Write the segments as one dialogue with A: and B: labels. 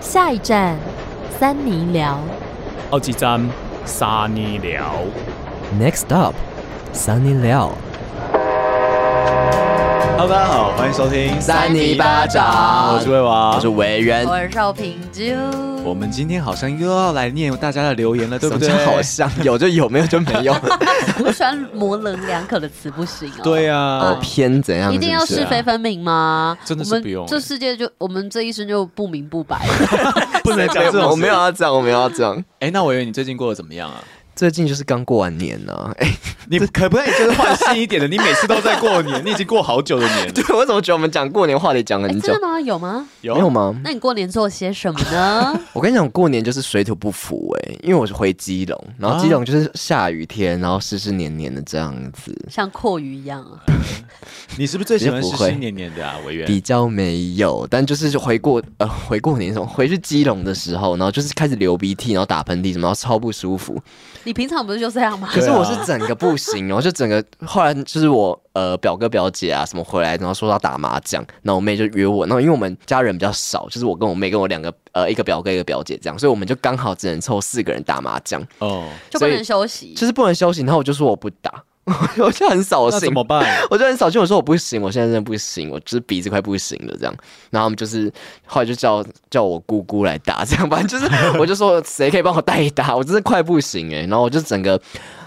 A: 下一站，三尼寮。
B: 好几站沙尼寮，
C: Next up, Sunny Liao。
D: Hello，大家好，欢迎收听
A: 三尼巴掌
D: 我是魏娃，
C: 我是委员，
A: 我是邵平啾。
D: 我们今天好像又要来念大家的留言了，对不对？
C: 什么叫好像有就有，没有就 没有，
A: 我喜欢模棱两可的词不行哦。
D: 对
A: 呀、
D: 啊，
A: 嗯
C: 偏怎样？
A: 一定要是
C: 是不是
A: 非分明吗？
D: 真的是
A: 我们
D: 不用
A: 这世界就我们这一生就不明不白了。
D: 不能讲这种
C: 我
D: 事
C: 没有。要这样，我没有要这样。
D: 哎，那我以为你最近过得怎么样啊？
C: 最近就是刚过完年呢、啊， 哎、
D: 你可不可以就是换新一点的？你每次都在过年，你已经过好久的年 了。
C: 对我怎么觉得我们讲过年话题讲
A: 哎
C: 很久
A: 真的？吗？有吗？
D: 有
C: 没有吗？
A: 那你过年做些什么 呢？
C: 我跟你讲，过年就是水土不服哎、因为我是回基隆，然后基隆就是下雨天，然后湿湿黏黏的这样子，
A: 像阔鱼一样啊，
D: 你是不是最喜欢
C: 也
D: 湿
C: 不会
D: 湿黏黏的啊？委员，
C: 比较没有。但就是回过呃回过年的时候，回去基隆的时候，然后就是开始流鼻涕，然后打喷嚏什么，然后超不舒服。
A: 你平常不是就这样吗？
C: 可是
D: 对啊
C: 我是整个不行哦，就整个后来就是我呃表哥表姐啊什么回来，然后说要打麻将，然后我妹就约我，然后因为我们家人比较少，就是我跟我妹跟我两个呃一个表哥一个表姐这样，所以我们就刚好只能凑四个人打麻将，
D: 哦，
A: 就不
C: 所以
A: 能休息。
C: 就是不能休息，然后我就说我不打， 我就很扫
D: 那
C: 兴
D: 怎，么 办？
C: 我就很扫兴，我说我不行，我现在真的不行，我就是鼻子快不行了这样，然后他们就是后来就叫叫我姑姑来打这样，反 正就是我就说谁可以帮我代打，我真是快不行哎、然后我就整个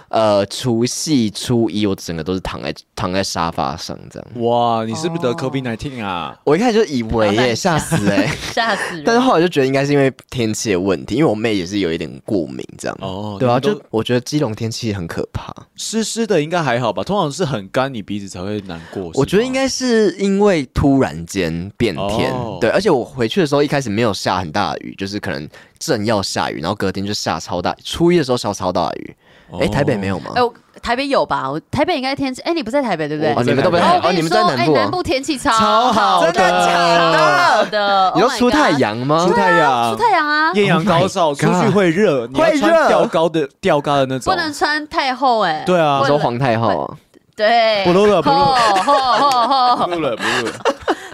C: 呃除夕初一我整个都是躺在躺在沙发上这样，
D: 哇，你是不是得
A: 哦
D: COVID 1 9啊？
C: 我一开始就以为耶、
A: 好
C: 吓死
D: 欸
C: 哎、
A: 吓死人！
C: 但是后来就觉得应该是因为天气的问题，因为我妹也是有一点过敏这样，
D: 哦
C: 对
D: 你
C: 啊，
D: 们都
C: 就我觉得基隆天气很可怕。
D: 湿湿的应该还好吧？通常是很干，你鼻子才会难过。是吗
C: 我觉得应该是因为突然间变天，
D: 哦
C: 对，而且我回去的时候一开始没有下很大的雨，就是可能正要下雨，然后隔天就下超大，初一的时候下超大的雨。哎、
D: 哦
C: 台北没有吗？
A: 哎、我台北有吧？我台北应该天气，哎、你不在台北对不对？
C: 哦，你们都不
D: 我
C: 在
D: 在
A: 然后
D: 台北
C: 台
A: 我
C: 北，哦，
A: 跟
C: 你
A: 你
C: 们
A: 说，
C: 在
A: 哎、
C: 南部
A: 南
C: 啊，
A: 部天气超
D: 超好
A: 的，
D: 的真的假
A: 超好的，
C: 哦你说
A: Oh my
C: 出太
A: God，
C: 阳吗
D: 出？太阳，
A: 出太阳啊，
D: 艳阳高照，
C: Oh my
D: 出去会热，你要
C: 会
D: 穿
C: 热
D: 吊高的吊嘎的那种，
A: 不能穿太厚哎、
D: 对啊
C: 我
A: 不
C: 说
A: 能
C: 皇太后啊，
A: 对，
D: 不录了不录了
A: 厚厚厚厚
D: 不了不录了，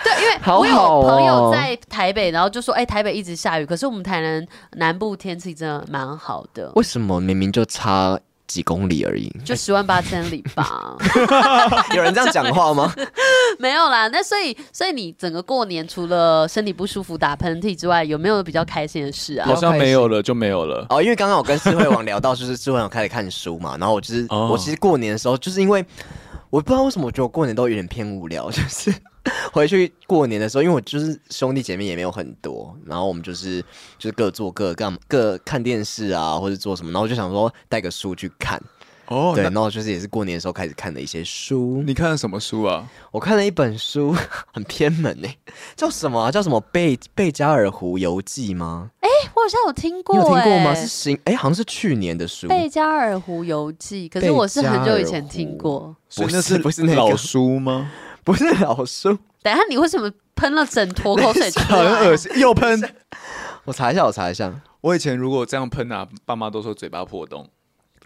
A: 对，因为
C: 好
A: 我
C: 好
A: 有
C: 哦
A: 朋友在台北，然后就说，哎、台北一直下雨，可是我们台南南部天气真的蛮好的。
C: 为什么明明就差几公里而已？
A: 就十万八千里吧，
C: 有人这样讲话吗？
A: 没有啦。那所以，所以你整个过年除了身体不舒服、打喷嚏之外，有没有比较开心的事啊
D: 好？像没有了就没有了。
C: 哦，因为刚刚我跟智慧网聊到，就是智慧网开始看书嘛，然后我就是、
D: 哦
C: 我其实过年的时候，就是因为我不知道为什么，我觉得我过年都有点偏无聊，就是 回去过年的时候，因为我就是兄弟姐妹也没有很多，然后我们就是就是各做各干嘛，各看电视啊，或者做什么，然后我就想说带个书去看，
D: 哦
C: 对，，然后就是也是过年的时候开始看的一些书，
D: 你看了什么书啊？
C: 我看了一本书，很偏门诶、叫什么啊、叫什么贝贝加尔湖游记吗？
A: 哎我好像有听过、
C: 你
A: 哎，
C: 有听过吗？是新哎、好像是去年的书，
A: 贝加尔湖游记，可是我是很久以前听过。
D: 所以
C: 不
D: 那
C: 是不是那个
D: 老书吗？
C: 不是老书，
A: 等一下你为什么喷了整坨口水出
D: 很
A: 来？
D: 恶心，又喷。
C: 我查一下，我查一 下。
D: 我以前如果这样喷啊，爸妈都说嘴巴破洞。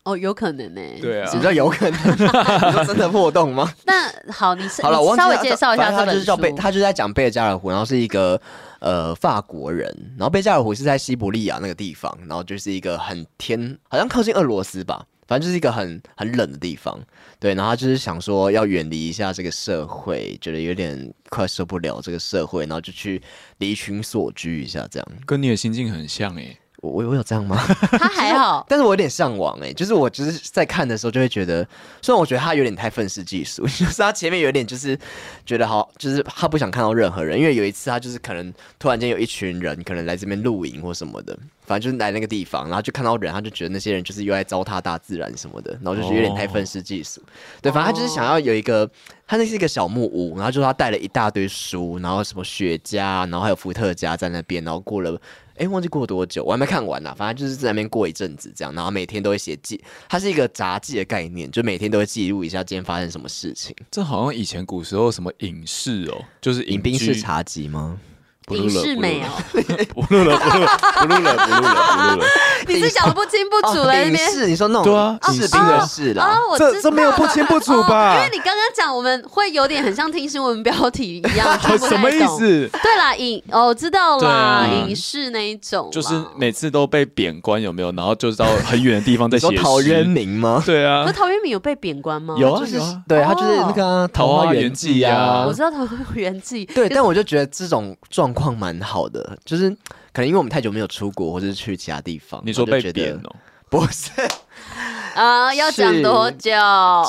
A: 哦，有可能呢、
D: 对啊
C: 什么，叫有可能？你 说真的破洞吗？
A: 那好， 你是
C: 好了，
A: 你
C: 我忘记
A: 稍微
C: 了
A: 介绍一
C: 反
A: 下
C: 正
A: 这
C: 他就
A: 本
C: 是叫贝，
A: 书。
C: 他就是在讲贝加尔湖，然后是一个呃法国人，然后贝加尔湖是在西伯利亚那个地方，然后就是一个很天，好像靠近俄罗斯吧，反正就是一个很很冷的地方。对，然后他就是想说要远离一下这个社会，觉得有点快受不了这个社会，然后就去离群索居一下这样。
D: 跟你的心境很像欸诶。
C: 我我我有这样吗？
A: 他还好，
C: 但是我有点向往哎、就是我就是在看的时候就会觉得，虽然我觉得他有点太愤世嫉俗， 就是他前面有点就是觉得好，就是他不想看到任何人，因为有一次他就是可能突然间有一群人可能来这边露营或什么的，反正就是来那个地方，然后就看到人，他就觉得那些人就是又在糟蹋大自然什么的，然后就是有点太愤世嫉俗。对，反正他就是想要有一
A: 哦
C: 个，他那是一个小木屋，然后就是他带了一大堆书，然后什么雪茄，然后还有伏特加在那边，然后过了。哎，忘记过多久，我还没看完呢。反正就是在那边过一阵子这样，然后每天都会写记，它是一个杂记的概念，就每天都会记录一下今天发生什么事情。
D: 这好像以前古时候什么隐士哦，就是
C: 饮
D: 隐
C: 冰
D: 居
C: 式茶几吗？
D: 不录
A: 影
D: 了，
A: 视
D: 不录
A: 美
D: 了
A: 哦，
D: 哎不录了，不录了，不录了，不录了，不录了。
A: 你是讲的不清不楚
C: 哦
A: 了那
C: 影
A: 边。
C: 视，你啊说那种
D: 对啊
C: 士
D: 影
C: 兵的
D: 视
C: 士
A: 哦
C: 啦，，
A: 我
D: 这
A: 知
D: 这没有
A: 道
D: 不
A: 了
D: 清不楚
A: 哦
D: 吧
A: 因为你刚刚讲，我们会有点很像听新闻标题一样，听不太
D: 什么意
A: 懂？
D: 思？
A: 对啦，影哦，我知道
D: 对
A: 啦，
D: 啊
A: 影视那一种啦，
D: 就是每次都被贬官有没有？然后就是到很远的地方在
C: 你
D: 写
C: 说陶渊
D: 诗。
C: 明吗？
D: 对
A: 可
D: 啊
A: 是，陶渊明有被贬官吗？
D: 有啊
C: 就是
D: 有
A: 哦
D: 啊，
C: 对他就是那个啊《
D: 桃花源记
C: 记》
D: 啊
A: 我知道《桃花源记》
C: 对，但我就觉得这种状况蛮好的，就是可能因为我们太久没有出国或者是去其他地方，
D: 你说
C: 我就
D: 被
C: 觉得
D: 贬哦？
C: 不是
A: 啊，要讲多久？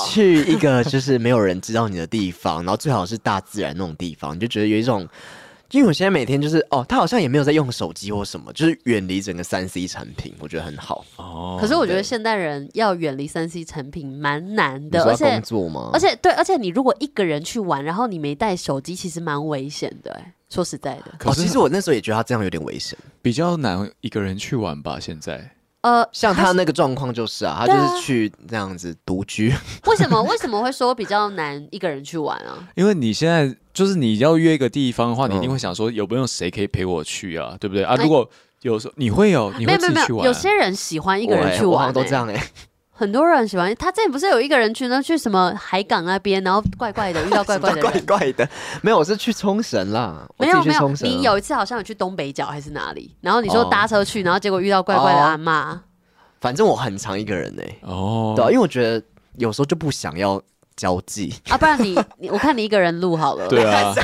C: 去一个就是没有人知道你的地方，然后最好是大自然那种地方，你就觉得有一种。因为我现在每天就是哦，他好像也没有在用手机或什么，就是远离整个三 C 产品，我觉得很好。
D: 哦，
A: 可是我觉得现代人要远离三 C 产品蛮难
C: 你
A: 的，
C: 说
A: 而
C: 要工
A: 且
C: 作吗？
A: 而且对，而且你如果一个人去玩，然后你没带手机，其实蛮危险的、哎，说实在的，
C: 哦，
D: 可
C: 其
D: 是
C: 实我那时候也觉得他这样有点危险。
D: 比较难一个人去玩吧。现在
A: 呃，
C: 像
A: 还
C: 他
A: 是
C: 那个状况就是啊，他
A: 对
C: 就
A: 啊
C: 是去那样子独居，
A: 为什么为什么会说比较难一个人去玩啊？
D: 因为你现在就是你要约一个地方的话，你一定
C: 嗯
D: 会想说有没有谁可以陪我去啊，对不对啊？
A: 哎
D: 如果有时候你会有，你
A: 没有没
D: 会自
A: 有没
D: 己去
A: 有，
D: 玩
A: 有
D: 啊。
A: 些人喜欢一个
C: 我
A: 人
C: 欸
A: 去
C: 我好
A: 玩、
C: 像都
A: 哎
C: 这样哎、
A: 很多人喜欢他之前不是有一个人去呢，去什么海港那边，然后怪怪的，遇到怪怪的
C: 怪
A: 人。
C: 怪的。没有，我是去冲绳啦， 我
A: 没
C: 自
A: 有
C: 己
A: 没
C: 去
A: 有
C: 冲，绳啊。
A: 你有一次好像有去东北角还是哪里，然后你说
D: 哦
A: 搭车去，然后结果遇到怪怪的
C: 哦
A: 阿妈。
C: 反正我很常一个人哎、
D: 哦，
C: 对啊、因为我觉得有时候就不想要交际。
A: 啊，不然你你我看你一个人录好了。
D: 对啊，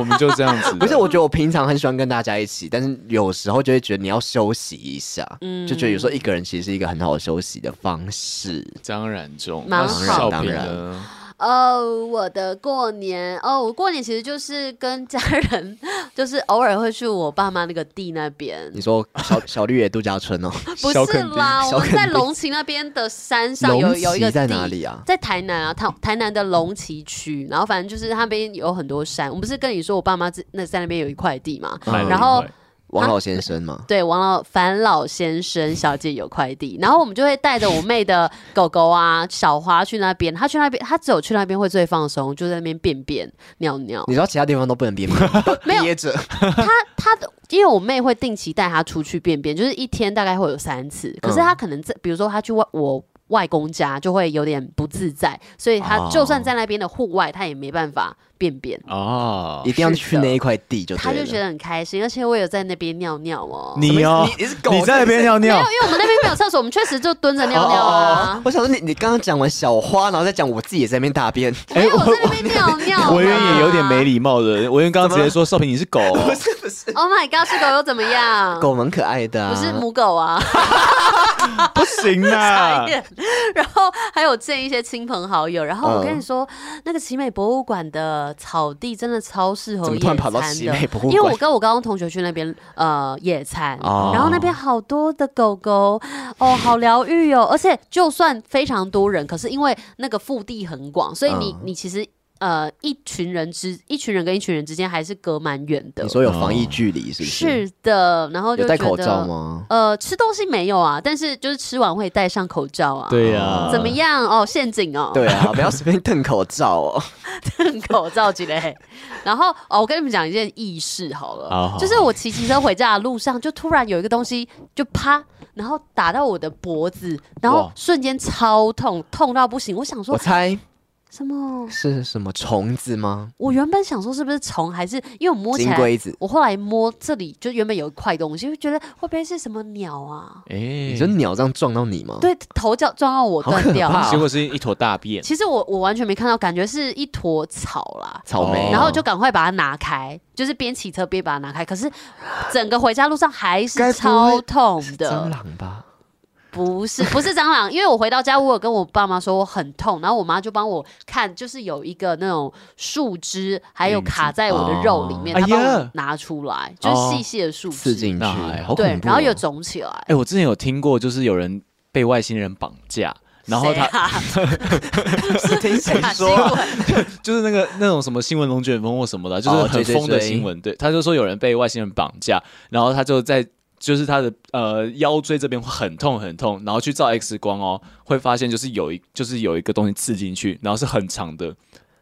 D: 我们就这样子的。
C: 不是，我觉得我平常很喜欢跟大家一起，但是有时候就会觉得你要休息一下，
A: 嗯
C: 就觉得有时候一个人其实是一个很好的休息的方式。
D: 张冉中，
A: 蛮
D: 那
A: 好
D: 少
C: 当
D: 平
C: 然
D: 呢？
A: 哦，我的过年哦，我过年其实就是跟家人， 就是偶尔会去我爸妈那个地那边啊
C: 你，说小小绿野度假村哦，
A: 不
D: 小
A: 是
D: 垦丁
A: 啦，
C: 小
A: 我们
C: 垦
A: 在
C: 丁
A: 龙崎那边的山上有有一个
C: 龙崎
A: 地
C: 在哪里啊？
A: 在台南啊，台台南的龙崎区，然后反正就是那边有很多山。我不是跟你说我爸妈自那在那边有一块地嘛，
D: 买了
A: 然
D: 一
A: 后
D: 块
C: 王老先生吗？
A: 对，王老樊老先生小姐有快递，然后我们就会带着我妹的狗狗啊小花去那边。她去那边，她只有去那边会最放松，就在那边便便、尿尿。
C: 你知道其他地方都不能边
A: 没有
C: 憋着，
A: 她的，因为我妹会定期带她出去便便，就是一天大概会有三次。可是她可能在，比如说她去外我。外公家就会有点不自在，所以她
C: 哦
A: 就算在那边的户外，她也没办法便便。
D: 啊
C: 一，定要
A: 是
C: 去
A: 的
C: 那一块地就
A: 她
C: 对
A: 就
C: 了。
A: 觉得很开心，而且我有在那边尿尿哦。
D: 你哦，
C: 你你是狗
D: 你在那边尿尿
A: 没有，因为我们那边没有厕所，我们确实就蹲着
C: 哦
A: 尿尿啊。
C: 我想说你，你刚刚讲完小花，然后再讲我自己也在那边 大便，
A: 没
D: 哎
A: 有，我在那边尿尿。
D: 文渊也有点没。礼貌的，文渊刚刚直接说少平你 是狗哦，
C: 是不是？
A: Oh my god，是狗又怎么样？
C: 狗蛮可爱的、啊，
A: 不是母狗啊。
D: 不行啊，
A: 然后还有见一些亲朋好友。然后我跟
C: 嗯
A: 你说，那个奇美博物馆的草地真的超适合
C: 怎么
A: 野
C: 突
A: 餐
C: 然跑到奇美
A: 的。
C: 博物
A: 因
C: 馆？
A: 为我跟我高中同学去那边呃野餐，
C: 哦
A: 然后那边好多的狗狗哦，好疗愈哦，而且就算非常多人，可是因为那个腹地很广，所以你、
C: 嗯
A: 你其实呃一群人之一群人跟一群人之间还是隔蛮远的
C: 你。说有防疫距离是不是？
A: 是的，然后就
C: 有戴
A: 觉
C: 口
A: 得
C: 罩吗？
A: 呃，吃东西没有啊，但是就是吃完会戴上口罩啊。
D: 对呀，
A: 怎么？样哦？陷阱哦，
C: 对啊，不要随便瞪口罩哦。
A: 口罩之类。然后哦，我跟你们讲一件轶事好了，
D: 好好
A: 就是我骑机车回家的路上，就突然有一个东西就啪，然后打到我的脖子，然后
D: 哇
A: 瞬间超痛，痛到不行。我想
C: 我
A: 说
C: 猜
A: 什么？
C: 是什么虫子吗？
A: 我原本想说是不是虫，还是因为我摸起
C: 金
A: 来，
C: 龟子？
A: 我后来摸这里就原本有一块东西，就觉得会不会是什么鸟啊？
D: 哎，
C: 你说
D: 结
C: 鸟这样撞到你吗？
A: 对，头脚撞到我
C: 好可
A: 断掉，
C: 怕哦
D: 果是一坨大便，
A: 其实我我完全没看到，感觉是一坨草啦。
C: 草莓。
D: 哦
A: 然后就赶快把它拿开，就是边骑车边把它拿开。可是整个回家路上还是超痛
C: 蟑
A: 的，
C: 螂吧？
A: 不是不是蟑螂，因为我回到家，我有跟我爸妈说我很痛，然后我妈就帮我看，就是有一个那种树枝，还有
D: 影子
A: 卡在我的肉里面，
D: 哦
A: 她帮
D: 哎
A: 我
D: 呀
A: 拿出来，就是细细的树
C: 哦刺
A: 枝，
C: 进去，
D: 那还
C: 好恐怖
A: 对
C: 哦。，
A: 然后 又肿起来。
D: 哎，我之前有听过，就是有人被外星人绑架。然后
A: 谁
D: 他
A: 啊
C: 听谁
A: 假新
C: 说啊？
A: 闻
D: 就是那个那种什么新闻龙卷风或什么的，就是
C: 哦
D: 很
C: 追追
D: 疯的
C: 追。
D: 新闻。对，他就说有人被外星人绑架，然后他就在就是他的呃腰椎这边会很痛很痛，然后去照 X 光哦，会发现就是有一就是有一个东西刺进去，然后是很长的，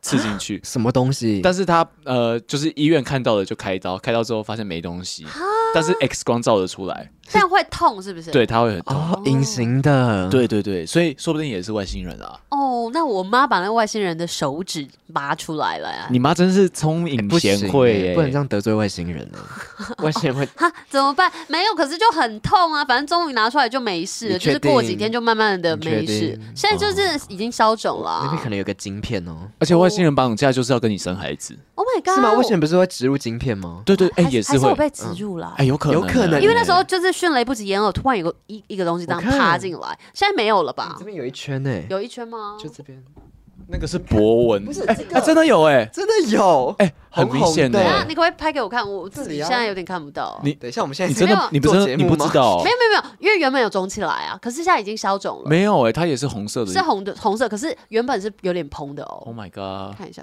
D: 刺进去
C: 什么东西？
D: 但是他呃，就是医院看到了就开刀，开刀之后发现没东西，
C: 啊
D: 但是 X 光照得出来，
A: 这样会痛是不是？
D: 对，他会很痛。
C: 哦，隐形的，，
D: 对对对，所以说不定也是外星人啊！
A: 哦，那我妈把那个外星人的手指拔出来了呀，
D: 你妈真是聪颖
C: 啊不
D: 贤
C: 行
D: 惠
C: 欸
D: 耶，
C: 不能这样得罪外星人呢。啊外星人会
A: 哈，怎么办？没有，可是就很痛啊。反正终于拿出来就没事了，
C: 你
A: 就
C: 确
A: 是
C: 定
A: 过几天就慢慢的没
C: 你确
A: 事
C: 定。哦
A: 现在就是已经消肿了
C: 那
A: 啊、
C: 边可能有个晶片哦，
D: 而且外星人绑架就是要跟你生孩子，
A: Oh my god！
C: 是吗？
A: 我
C: 外星人不是会植入晶片吗？
D: 对对，哎、
A: 哦还
D: 也
A: 还是
D: 会
A: 我，
C: 嗯
A: 被植入了啊、
D: 哎、有可能，
C: 有可能
A: 因为那时候就是迅雷不及掩耳，突然有个一一个东西这样
C: 我看
A: 趴进来，现在没有了吧
C: 这？边有一圈呢，
A: 有一圈吗？
C: 就这边，
D: 那个是博文，不
C: 是
D: 哎、
C: 这个
D: 啊真的有哎、
C: 真的有，
D: 哎很明显
C: 的
D: 欸
A: 等一下
D: 对
A: 你可不可以拍给我看？我自
C: 这
A: 己
C: 里啊
A: 现在有点看不到。
D: 你
C: 等一下，我们现在
D: 你真
A: 没
D: 的
A: 有
D: 你不真
C: 做
D: 的
C: 节
D: 你
C: 目
D: 不知
C: 吗
D: 道哦、
A: 没有没有没有，因为原本有肿起来啊，可是现在已经消肿了，
D: 没有哎、它也是红色的
A: 是红的红色，可是原本是有点膨的
D: ，Oh
A: 哦。
D: my god，
A: 看一下，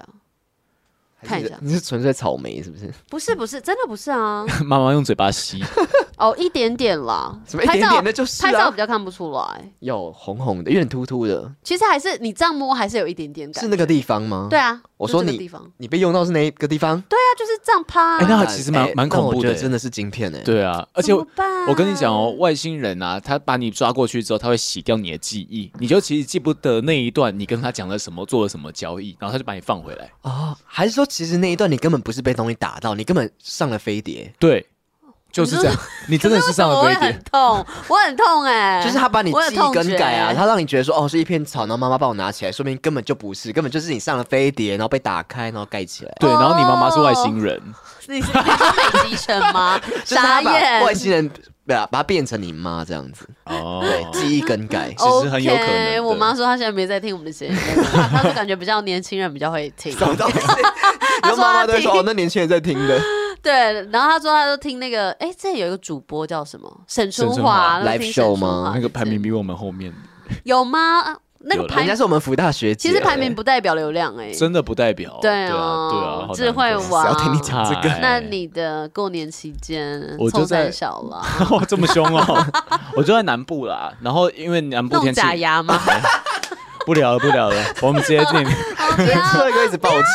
A: 看一下
C: 你是纯粹草莓是不是？
A: 不是不是，真的不是 啊。
D: 妈妈用嘴巴吸，
A: 哦，一点点啦，
C: 什么一
A: 拍
C: 点
A: 照
C: 点的，就是
A: 拍照
C: 啊
A: 比，较看不出来，
C: 有红红的，有点凸凸的，
A: 其实还是你这样摸还是有一点点感。
C: 是那个地方吗？
A: 对，啊，
C: 我
A: 就
C: 说
A: 这个
C: 你
A: 地方，对
C: 你被用到是哪一个地方？对，
A: 啊，就是这样趴、
D: 哎那还其实蛮
C: 哎
D: 蛮
C: 那
D: 恐
C: 我
D: 怖
C: 觉
D: 的
C: 得
D: 欸
C: 真的是晶片哎。
D: 对啊，而且
A: 怎么
D: 我
A: 办
D: 我跟你讲哦，外星人啊，他把你抓过去之后，他会洗掉你的记忆，你就其实记不得那一段你跟他讲了什么，做了什么交易，然后他就把你放回来。
C: 哦，还是说其实那一段你根本不是被东西打到，你根本上了飞碟，
D: 对，就是
A: 哦
D: 这样， 你真的是上了
A: 我会
D: 飞
A: 很
D: 碟。
A: 痛，我很痛哎、
C: 就是他把你
A: 我有
C: 记忆
A: 痛
C: 更
A: 觉
C: 改啊，他让你觉得说哦是一片草，然后妈妈帮我拿起来，说明根本就不是，根本就是你上了飞碟，然后被打开，然后盖起来。
D: 对，然后你妈妈是外星人，
A: 你是 你是美籍城吗？
C: 就是
A: 傻
C: 他把
A: 眼，
C: 外星人 把把它变成你妈这样子，
D: 哦，
C: 对，记忆更 改。
A: 哦
D: 其实很有可能
A: OK，
D: 的
A: 我妈说她现在没在听我们的节目，她说感觉比较年轻人比较会 听。
C: 什么东西？然后妈妈 都会说哦，那年轻人在听的。
A: 对，然后她说她都听那个，哎，这里有一个主播叫什么？沈春
D: 沈春
A: 华
D: 华
A: 她都
C: Live
A: 听沈春
C: show 吗
A: 华
D: 那个排名比我们后面，
A: 有吗？啊那个
D: 有啦
A: 排
C: 人家是我们福大学姐，
A: 其实排 名不代表流量哎、
D: 真的不代表。
A: 对
D: 啊，对啊
A: 哦，
D: 好，
A: 智慧
D: 难过
A: 王。
D: 哎
C: 谁要听你讲这个
D: 嗨
A: 那你的过年期
C: 哎
A: 间
D: 我就
A: 凑在
D: 在
A: 小 了，
D: 哦这么凶哦， 我就在南部啦，然后因为南部
A: 弄
D: 天气
A: 假牙 吗？
D: 不聊了，不聊了，我们直接进。
A: 哦好不要
C: 这个一直爆 气。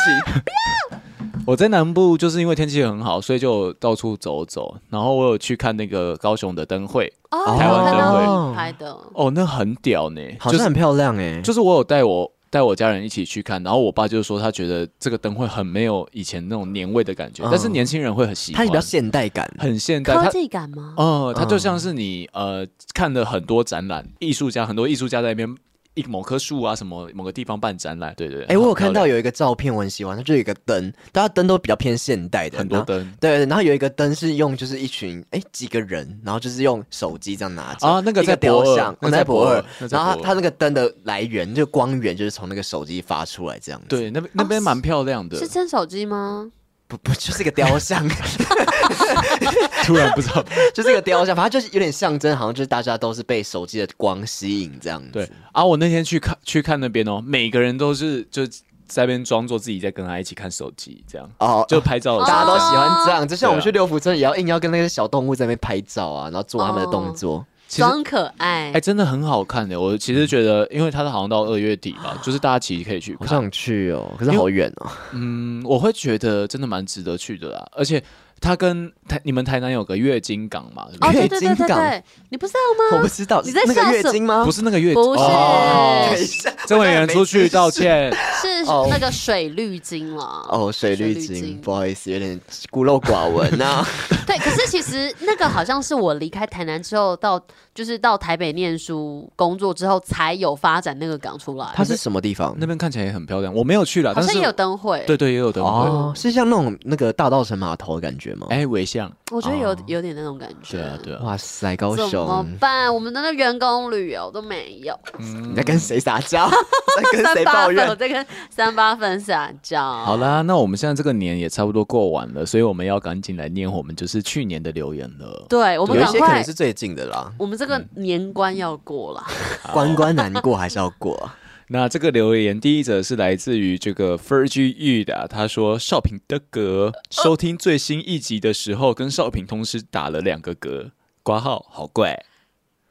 D: 我在南部就是因为天气很好，所以就到处走走。然后我有去看那个高雄的灯会，
A: 哦，
D: 台湾
A: 看
D: 灯会
A: 到你拍的，
D: 哦，那很屌呢，
C: 好
D: 就
C: 像
D: 是
C: 很漂亮哎，
D: 就是我有带我带我家人一起去看，然后我爸就说他觉得这个灯会很没有以前那种年味的感觉，
C: 嗯
D: 但是年轻人会很喜
C: 它
D: 欢，
C: 比较现代感。
D: 很现代，
A: 科
D: 它
A: 技感吗？
D: 呃，它就像
C: 嗯
D: 是你呃看了很多展览，艺术家很多艺术家在那边一某棵树啊什么某个地方办展览，对对对。
C: 哎，我有
D: 很漂
C: 看到
D: 亮
C: 有一个照片，我很喜欢，它就有一个灯，但它灯都比较偏现代的，
D: 很多
C: 然后。
D: 灯
C: 对，然后有一个灯是用就是一群哎几个人，然后就是用手机这样拿着
D: 啊那个
C: 一个
D: 在
C: 雕
D: 博尔
C: 像，
D: 那
C: 哦
D: 在
C: 在博
D: 博尔
C: 尔，
D: 那在
C: 然后
D: 博尔
C: 它它那个灯的来源就光源就是从那个手机发出来这样子，
D: 对，那边那边蛮漂亮的
A: 是。真手机吗？
C: 不不就是一个雕像，
D: 突然不知道，
C: 就是一个雕像，反正就是有点象征，好像就是大家都是被手机的光吸引这样子。
D: 对啊，我那天去看去看那边哦，每个人都是就在那边装作自己在跟他一起看手机，这样
C: 哦，
D: 就拍照的时候
C: 大家都
D: 这
C: 喜
D: 样。
C: 欢这样，就像我
D: 对
C: 们
D: 啊
C: 去六福村也要硬要跟那些小动物在那边拍照啊，然后做他们的动作。
D: 其实
A: 装可爱
D: 哎、，真的很好看的。我其实觉得，因为它好像到二月底吧，就是大家其实可以去
C: 啊好
D: 看。
C: 想去哦，可是好远哦。
D: 嗯，我会觉得真的蛮值得去的啦。而且它跟台你们台南有个月经港嘛，对不
A: 哦，对对
D: 对
A: 对
C: 月经
A: 对对
C: 港，你不知道吗？我不知道，
A: 你在
C: 那个
A: 笑
C: 月
A: 什
C: 经吗？
D: 不是那个月
A: 不是
D: 哦
A: 等一
D: 郑委员出去道歉。
A: 是
C: 哦
A: 那个水滤晶了。
C: 哦，水
A: 水
C: 滤
A: 滤
C: 精，
A: 精
C: 不好意思，有点孤陋寡闻啊 呐。
A: 对，可是其实那个好像是我离开台南之后到，就是到台北念书、工作之后才有发展那个港出来。
C: 它是什么地方
D: 那？边看起来也很漂亮，我没有去
C: 啊
D: 啦，
A: 好
D: 但
A: 像
D: 是
A: 也有灯会，
D: 对对也有灯会。
C: 哦，是像那种那个大稻城码头的感觉吗？
D: 哎，尾巷，
A: 我觉得
C: 哦
A: 有有点那种感觉。
D: 对啊对啊，
C: 哇塞，高
A: 怎么
C: 雄，
A: 办？我们的那员工旅游都没有，
D: 嗯
C: 你在跟谁撒 娇？在跟
A: 三
C: 谁
A: 八粉
C: 抱
A: 我
C: 怨？
A: 在跟三八粉撒娇。
D: 好啦，那我们现在这个年也差不多过完了，所以我们要赶紧来念我们就是去年的留言了。
A: 对我们
C: 有一
A: 赶
C: 些可
A: 快
C: 能是，嗯最近的啦，
A: 我们这个年关要过了。
C: 关关难过还是要 过。啊
D: 那这个留言第一则是来自于这个 Fergie Yu 的啊，他说少平的嗝，收听最新一集的时候跟少平同时打了两个嗝，挂号好怪。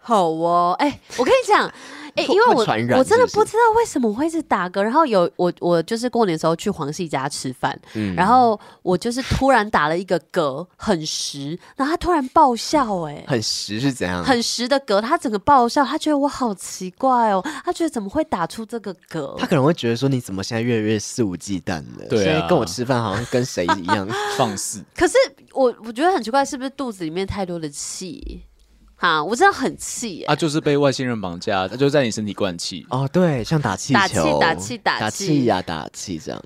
A: 好哦，哎、我跟你讲，哎、
C: 会
A: 因为
C: 会
A: 我
C: 传染
A: 我真的
C: 是
A: 不
C: 不
A: 知
C: 是
A: 道为什么我会一直打嗝，然后有我我就是过年的时候去黄系家吃饭，
C: 嗯
A: 然后我就是突然打了一个嗝，很实，然后他突然爆笑、哎。
C: 很实是怎样？
A: 很实的嗝，他整个爆笑，他觉得我好奇怪哦，他觉得怎么会打出这个嗝？
C: 他可能会觉得说你怎么现在越来越肆无忌惮了？
D: 对啊
C: 现在跟我吃饭好像跟谁一样。
D: 放肆。
A: 可是我我觉得很奇怪，是不是肚子里面太多的气？啊，我真的很气、欸，
D: 啊，就是被外星人绑架，他就在你身体灌气。
C: 哦，对，像打气
A: 打气
C: 球，
A: 打气打
C: 打
A: 气
C: 气呀、打气这样。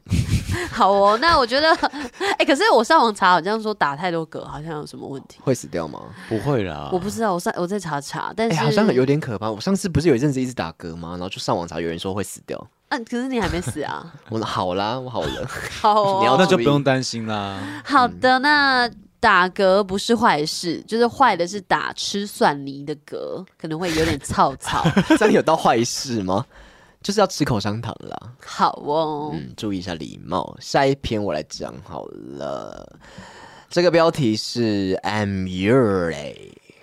A: 好哦。那我觉得， 哎、可是我上网查，好像说打太多嗝好像有什么问题，
C: 会死掉吗？
D: 不会啦，
A: 我不知道，我上我再查查，但
C: 啊哎、
A: 是、
C: 好像有点可怕。我上次不是有一阵子一直打嗝吗？然后就上网查，有人说会死掉。
A: 嗯、可是你还没死 啊。
C: 我好啦，我好 了。
A: 好、哦，
C: 你要嗯
D: 那就不用担心啦。
A: 好的，那打嗝不是坏事，就是坏的是打吃蒜泥的嗝，可能会有点燥燥。
C: 这样有到坏事吗？就是要吃口香糖啦。
A: 好哦，
C: 嗯，注意一下礼貌。下一篇我来讲好了。这个标题是 I'm Yuri，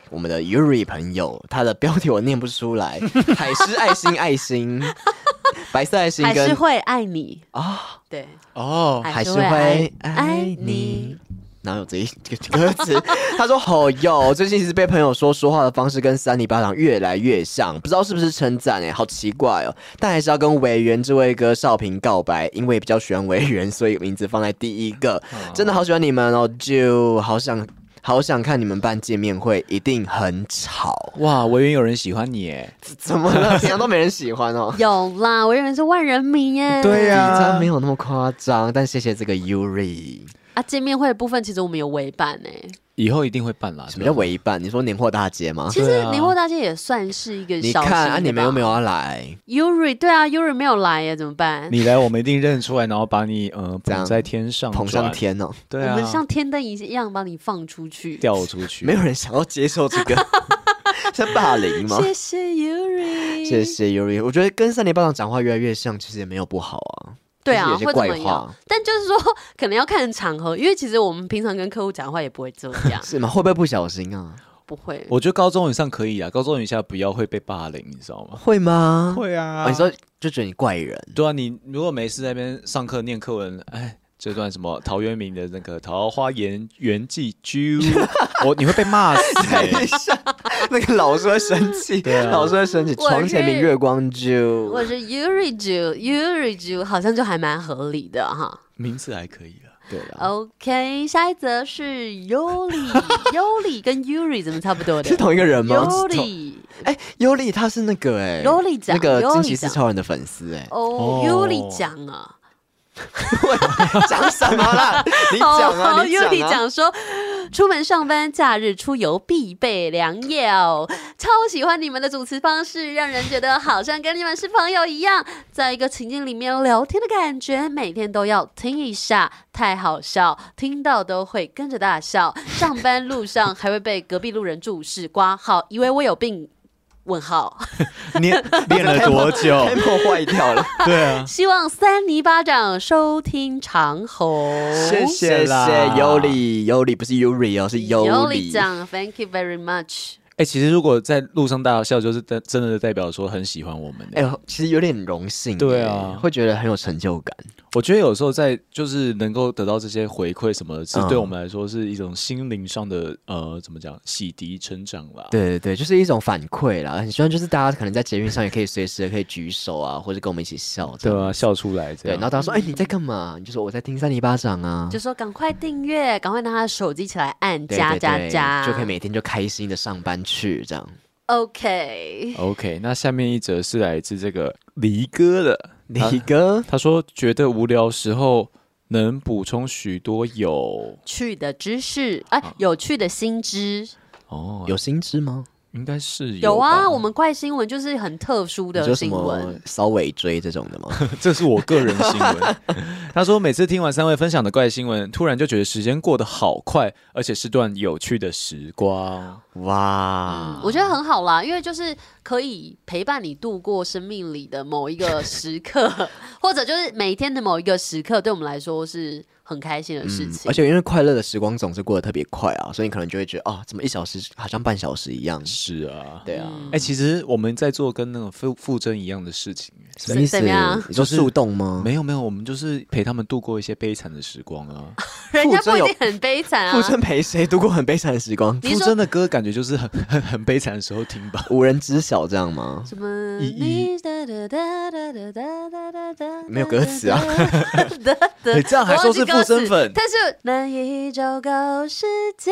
C: 我们的 Yuri 朋友，他的标题我念不出来。海狮爱心爱心，白色爱心
A: 还是
C: 跟
A: 会爱你
C: 啊，
A: 对，
D: 哦，
A: 还是
C: 是
A: 会爱
C: 会
A: 爱
C: 爱
A: 你
C: 你。哪有这一这个歌词？ 他说：“好哟，最近一直被朋友说说话的方式跟三里巴掌越来越像，不知道是不是称赞哎，好奇怪哦。但还是要跟委员这位哥少平告白，因为比较喜欢委员，所以名字放在第一个。真的好喜欢你们哦，就好想好想看你们办见面会，一定很吵。
D: 哇，维园有人喜欢你耶，
C: 怎么 了？平常都没人喜欢哦。”
A: 有啦，我认为是万人迷耶。
D: 对呀
C: 啊，没有那么夸张，但谢谢这个 Yuri。
A: 啊，见面会的部分其实我们有围办哎，
D: 以后一定会办啦。
C: 什么叫围办？你说年货大街吗？
A: 其实
D: 对啊
A: 年货大街也算是一个
C: 你
A: 小型
C: 看啊，
A: 的
C: 你们有
A: 吧
C: 没有要来？
A: Yuri？对啊，Yuri 没有来耶，怎么办？
D: 你来，我们一定认出来，然后把你呃
C: 这
D: 捧
C: 样
D: 在天上，
C: 捧上，天哦！
D: 对
A: 我
D: 啊，
A: 们像天灯一样把你放出去。
D: 掉出去，
C: 没有人想要接受这 个，是霸凌吗？
A: 谢谢 Yuri，
C: 谢谢 Yuri，我觉得跟三年班长讲话越来越像，其实也没有不好啊。
A: 对啊，
C: 就是有些
A: 会怎
C: 怪
A: 么样
C: 话？，
A: 但就是说，可能要看场合，因为其实我们平常跟客户讲话也不会这样
C: 是吗？会不会不小心啊？
A: 不会。
D: 我觉得高中以上可以啊，高中以下不要会被霸凌，你知道吗？
C: 会吗？、
D: 会啊
C: 哦，你说就觉得你怪 人，
D: 对啊，你如果没事在那边上课念课文，哎，这段什么陶渊明的那个《桃花源园记》居， 我你会被骂死、欸。
C: 那个老师会生 气，老师会生气。
A: 我
C: 床前明
A: 是
C: 月光就
A: 我是 Yuri Ju，Yuri Ju 好像就还蛮合理的哈。
D: 名字还可以啊，
C: 对了，
A: OK，下一则是 Yuri，Yuri 跟 Yuri 怎么差不多的
C: 是同一个人吗？
A: ？Yuri，Yuri
C: 哎，Yuri 他是那个哎
A: 讲
C: 那个惊奇
A: Yuri
C: 四
A: 讲，
C: 超人的粉丝哎
A: 哦，Yuri 讲啊，
C: 讲什么啦？你讲啊，
A: 哦
C: 你讲
A: ，Yuri
C: 啊。
A: 讲说，出门上班、假日出游必备良药。超喜欢你们的主持方式，让人觉得好像跟你们是朋友一样，在一个情境里面聊天的感觉。每天都要听一下，太好笑，听到都会跟着大笑。上班路上还会被隔壁路人注视，挂号，以为我有病。问号，
D: 念念了多久？
C: Apple 坏掉了，
D: 对啊，
A: 希望三泥巴掌收听长虹。
D: 谢谢啦
C: 谢谢 Yuri Yuri 不是 Yuri 哦，是
A: Yuri
C: Yuri。
A: 讲，Thank you very much。
D: 哎、其实如果在路上大笑，就是真真的代表说很喜欢我们、欸。
C: 哎、呦，其实有点荣幸耶，
D: 对啊
C: 会觉得很有成就感。
D: 我觉得有时候在就是能够得到这些回馈什么的，是
C: 嗯
D: 对我们来说是一种心灵上的呃，怎么讲，洗涤成长啦。
C: 对对对，就是一种反馈啦。很希望就是大家可能在捷运上也可以随时可以举手啊，或者跟我们一起笑这
D: 对
C: 样。
D: 啊，笑出来这
C: 对，
D: 样。
C: 然后大家说：“哎、你在干嘛？”你就说：“我在听三零巴掌啊。”
A: 就说赶快订阅，赶快拿他的手机起来按
C: 对
A: 加
C: 对
A: 加
C: 对
A: 加，
C: 就可以每天就开心的上班去这样。
A: OK。
D: OK，那下面一则是来自这个离哥的，
C: 李 哥，
D: 他说觉得无聊时候能补充许多有
A: 趣的知识，哎、有趣的新知，
D: 哦，
C: 有新知吗？
D: 应该是
A: 有
D: 吧
A: 啊，我们怪新闻就是很特殊
C: 你
A: 的
C: 说什
A: 新
C: 么
A: 闻，
C: 骚尾椎这种的吗？
D: 这是我个人新 闻。他说，每次听完三位分享的怪新闻，突然就觉得时间过得好快，而且是段有趣的时光。
C: 哇，
A: 我觉得很好啦，因为就是可以陪伴你度过生命 里的某一个时刻，或者就是每天的某一个时刻，对我们来说是很开心的事情。
C: 嗯而且因为快乐的时光总是过得特别快啊，所以你可能就会觉得哦，怎么一小时好像半小时一样？
D: 是啊，
C: 对
A: 嗯
C: 啊，
D: 哎、其实我们在做跟那种傅傅征一样的事情，
C: 什么意思
A: 怎么样？
C: 你
D: 就
C: 说
D: 是
C: 树洞吗？
D: 没有没有，我们就是陪他们度过一些悲惨的时光啊。
A: 人家
C: 傅征
A: 不一
C: 有
A: 定很悲惨啊
C: 傅。征陪谁度过很悲惨的时光？
A: 你
D: 傅
A: 是
D: 征
A: 说
D: 的歌感觉就是很 很很悲惨的时候听 吧。
C: 无人知晓这样吗？
A: 什么？
D: 一一
A: 你哒哒哒哒哒哒哒哒哒
C: 没有歌词啊
A: 哒哒 哒哒
D: 你这样还说是附身粉
A: 但是难以昭告世界，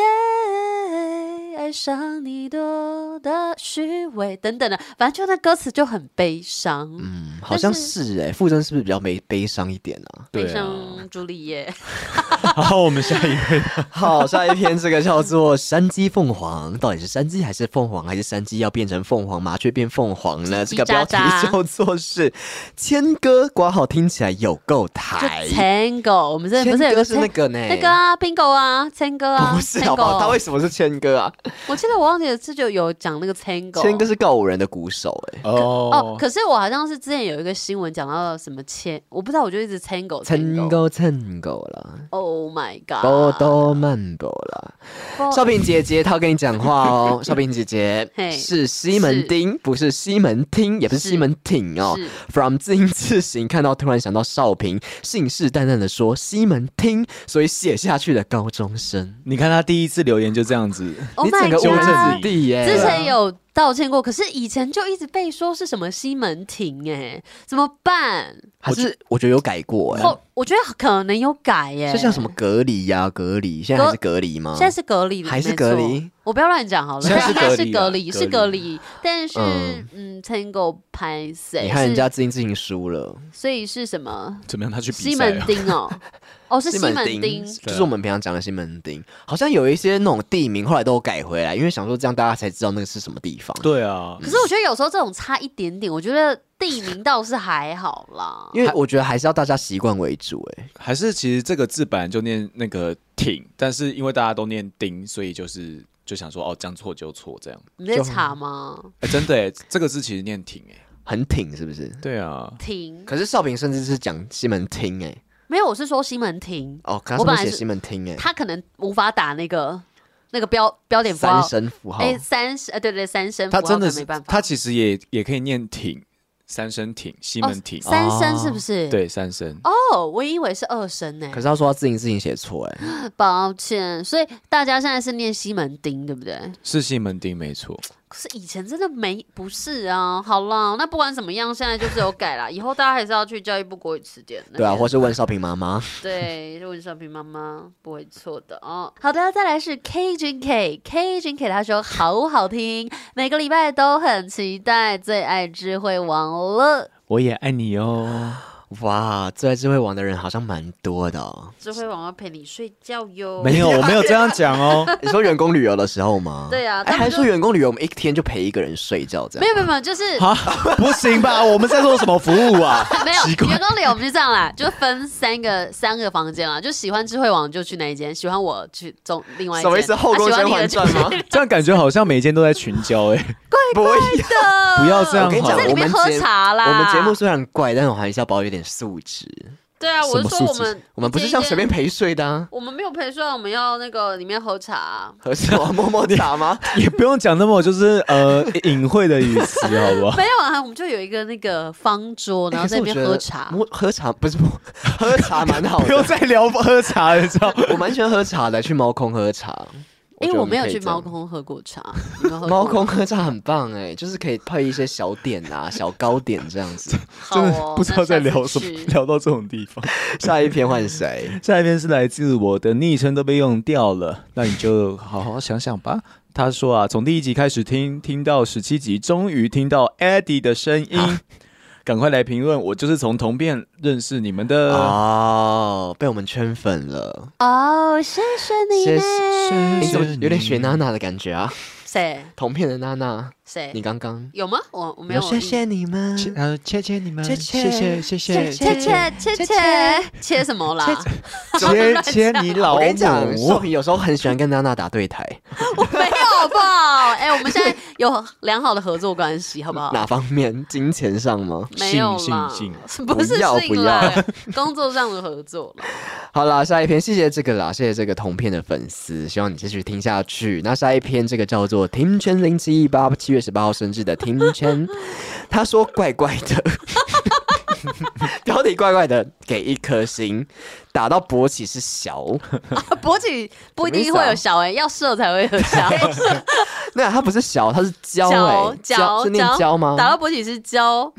A: 爱上你多的虚伪等等的，反正就那歌词就很悲伤，
C: 嗯，好像是哎、傅征是不是比较悲悲伤一点 啊？
A: 悲
D: 对啊
A: 伤朱丽叶。
D: 好，哦我们下一位，
C: 好，下一篇这个叫做《山鸡凤凰》，到底是山鸡还是凤凰，还是山鸡要变成凤凰，麻雀变凤凰呢？
A: 叽
C: 这
A: 叽
C: 个标题
A: 喳喳
C: 叫做是《千歌》，挂号听起来有够
A: 就
C: 台。
A: Tango，我们这不是有
C: 千
A: 个
C: 歌是那个呢？
A: 那个啊，Bingo 啊，Tango 啊，
C: 不是好不好？他
A: Tango
C: 为什么是千歌啊？
A: 我记得我忘记了，这就有讲那个 Tango。
C: 千歌是告五人的鼓手哎、
A: 哦
D: 哦，
A: 可是我好像是之前有一个新闻讲到什么千，我不知道，我就一直 Tango
C: 千。歌千歌啦，
A: Oh my god！
C: 波多曼波啦。
A: 波
C: 少平姐姐，她要跟你讲话 哦，少平姐姐
A: 哦嘿
C: 是西门町，不是西门町，也不是
A: 是
C: 西门町哦。
A: 是
C: From 字音字形看到，突然想到少平，信誓旦旦的说西门町，所以写下去的高中生。
D: 你看他第一次留言就这样子，
A: Oh
C: 你整
A: my
C: 个
D: 纠正自
A: god！
D: 己
C: 地耶、
A: 之前有道歉过，可是以前就一直被说是什么西门町哎、怎么办？
C: 还是我觉得有改过哎、
A: 后我觉得可能有改耶、
C: 就像什么？隔离呀、隔离，现在还是隔离吗？
A: 现在是隔离的，
C: 还是
A: 没错
C: 隔离？
A: 我不要乱讲好了，
D: 现在是
A: 应该是隔
D: 隔
A: 离，
D: 离啊
A: 是
D: 隔
A: 隔
D: 离
A: 离，但是嗯，Tango 拍谁？
C: 你看人
A: 是
C: 家字音字形输了，
A: 所以是什么？
D: 怎么样？他去比
A: 西
D: 赛
A: 门
D: 啊？
A: 町哦，哦是西门町
C: 町，就是我们平常讲的西门町，好像有一些那种地名后来都有改回来，因为想说这样大家才知道那个是什么地方。
D: 对啊，
A: 可是我觉得有时候这种差一点点，我觉得地名倒是还好啦。
C: 因为我觉得还是要大家习惯为主、哎，
D: 还是其实这个字本来就念那个挺，但是因为大家都念丁，所以就是就想说哦，将错就错这样。
A: 你在查吗？
D: 哎、真的哎， 这个字其实念挺哎。
C: 很挺是不是？
D: 对啊，
A: 亭
C: 可是少平甚至是讲西门町、哎，
A: 没有，我是说西门亭，
C: 哦，可
A: 我
C: 他
A: 本
C: 上
A: 来
C: 面写
A: 是
C: 西门町、哎，
A: 他可能无法打那个那个标标点符
C: 三
A: 号，
C: 声符号，
A: 哎，三声，哎，对对，三声符
D: 他
A: 号
D: 真
A: 可
D: 的
A: 能
D: 是
A: 没办法，
D: 他其实也也可以念挺，三声挺，西门挺，
A: 哦三声是不是？。
D: 对，三声。
A: 哦，我以为是二声呢
C: 可，是他说他字音字形写错， 哎，
A: 抱歉。所以大家现在是念西门町，对不对？
D: 是西门町没错，
A: 可是以前真的没不是啊。好啦，那不管怎么样，现在就是有改啦。以后大家还是要去教育部国语词典那边。
C: 对啊，或是问少平妈妈，
A: 对，问小平妈妈不会错的哦。好的，再来是 K 君 K K 君 K，他说好好听，每个礼拜都很期待，最爱智慧王了。
D: 我也爱你哦。
C: 哇，最爱智慧王的人好像蛮多的、哦。
A: 智慧王要陪你睡觉哟。
D: 没有，我没有这样讲哦。
C: 你说员工旅游的时候吗？
A: 对啊他
C: 哎，
A: 们
C: 还
A: 就
C: 说员工旅游，我们一天就陪一个人睡觉这样。
A: 没有没有没有，就是
D: 啊，不行吧？我们在做什么服务啊？
A: 没有
D: 奇怪
A: 员工旅游，我们就这样啦，就分三个三个房间啦，就喜欢智慧王就去那一间，喜欢我去中另外一间，啊
C: 什么意思？后宫甄嬛传吗？
D: 这样感觉好像每间都在群交哎、
C: 不 一样。
A: 啊
D: 不要这样
C: 我跟你
D: 好
C: 讲，
A: 在
D: 了。
A: 里
C: 我
A: 面
C: 们
A: 喝
C: 节
A: 茶啦。
C: 我们节目虽然怪，但我还是要保有点素质。
A: 对啊，我是说
D: 什么
A: 我
D: 素质
A: 们
C: 我们不是
A: 这一
C: 这样随便
A: 间，
C: 陪睡的啊，
A: 我们没有陪睡，我们要那个里面喝茶啊。
C: 和什么摸摸 茶吗？
D: 也不用讲那么就是呃隐晦的语词，好不好？
A: 没有啊，我们就有一个那个方桌，然后
C: 哎可
A: 在
C: 是
A: 那
C: 我
A: 边
C: 觉得
A: 喝茶。
C: 摸喝茶不是摸喝茶蛮好
D: 不用
C: 的，
D: 再聊喝茶了，你知道吗？
C: 我蛮喜欢喝茶的，去猫空喝茶。
A: 因
C: 觉
A: 为
C: 得
A: 我没有
C: 可以
A: 去
C: 这样
A: 猫。空喝过茶，你们喝过
C: 猫空喝茶很棒哎、就是可以配一些小点啊、小糕点这样 子。
A: 好
D: 真
A: 哦
D: 的，不知道在聊什
A: 那
D: 么
A: 下，次去
D: 聊到这种地方。
C: 下一篇换谁？
D: 下一篇是来自我的昵称都被用掉了，那你就好好想想吧。他说啊，从第一集开始听，听到十七集，终于听到 Eddie 的声音，赶快来评论。我就是从同变认识你们
C: 呃
D: 的。
C: 哦，被我们圈粉了。
A: 哦，谢谢你
C: 谢
A: 们。
C: 你
D: 谢
C: 怎么
D: 谢你
C: 有点学娜娜的感觉啊？
A: 谁
C: 同片的娜娜，
A: 谁
C: 你刚刚
A: 有吗？我我没
C: 你
A: 有嗯
C: 说谢谢你们，
D: 切呃，谢谢你们，
C: 切切
D: 谢谢谢
A: 切
D: 谢
A: 切切切切什么啦？
D: 切切你老
C: 我跟你讲，少
D: 母，
C: 平有时候很喜欢跟娜娜打对台，
A: 我没有好不好？ 哎，我们现在有良好的合作关系， 好不好？
C: 哪方面？金钱上吗？
A: 没有
D: 信
A: 啦
D: 信，
A: 不是
C: 不要
A: 信啦，工作上的合作啦。
C: 好啦，下一篇，谢谢这个啦，谢谢这个同片的粉丝，希望你继续听下去。那下一篇这个叫做“听圈零七一八”，七月十八号生日的听 圈，他说怪怪的， 标题怪怪的，给一颗星，打到勃起 是小，
A: 勃起不一定
C: 啊
A: 会有小哎、要射才会有 小。
C: 那他不是小，他是胶
A: 胶
C: 哎、
A: 胶
C: 是念胶吗？
A: 打到勃起是胶，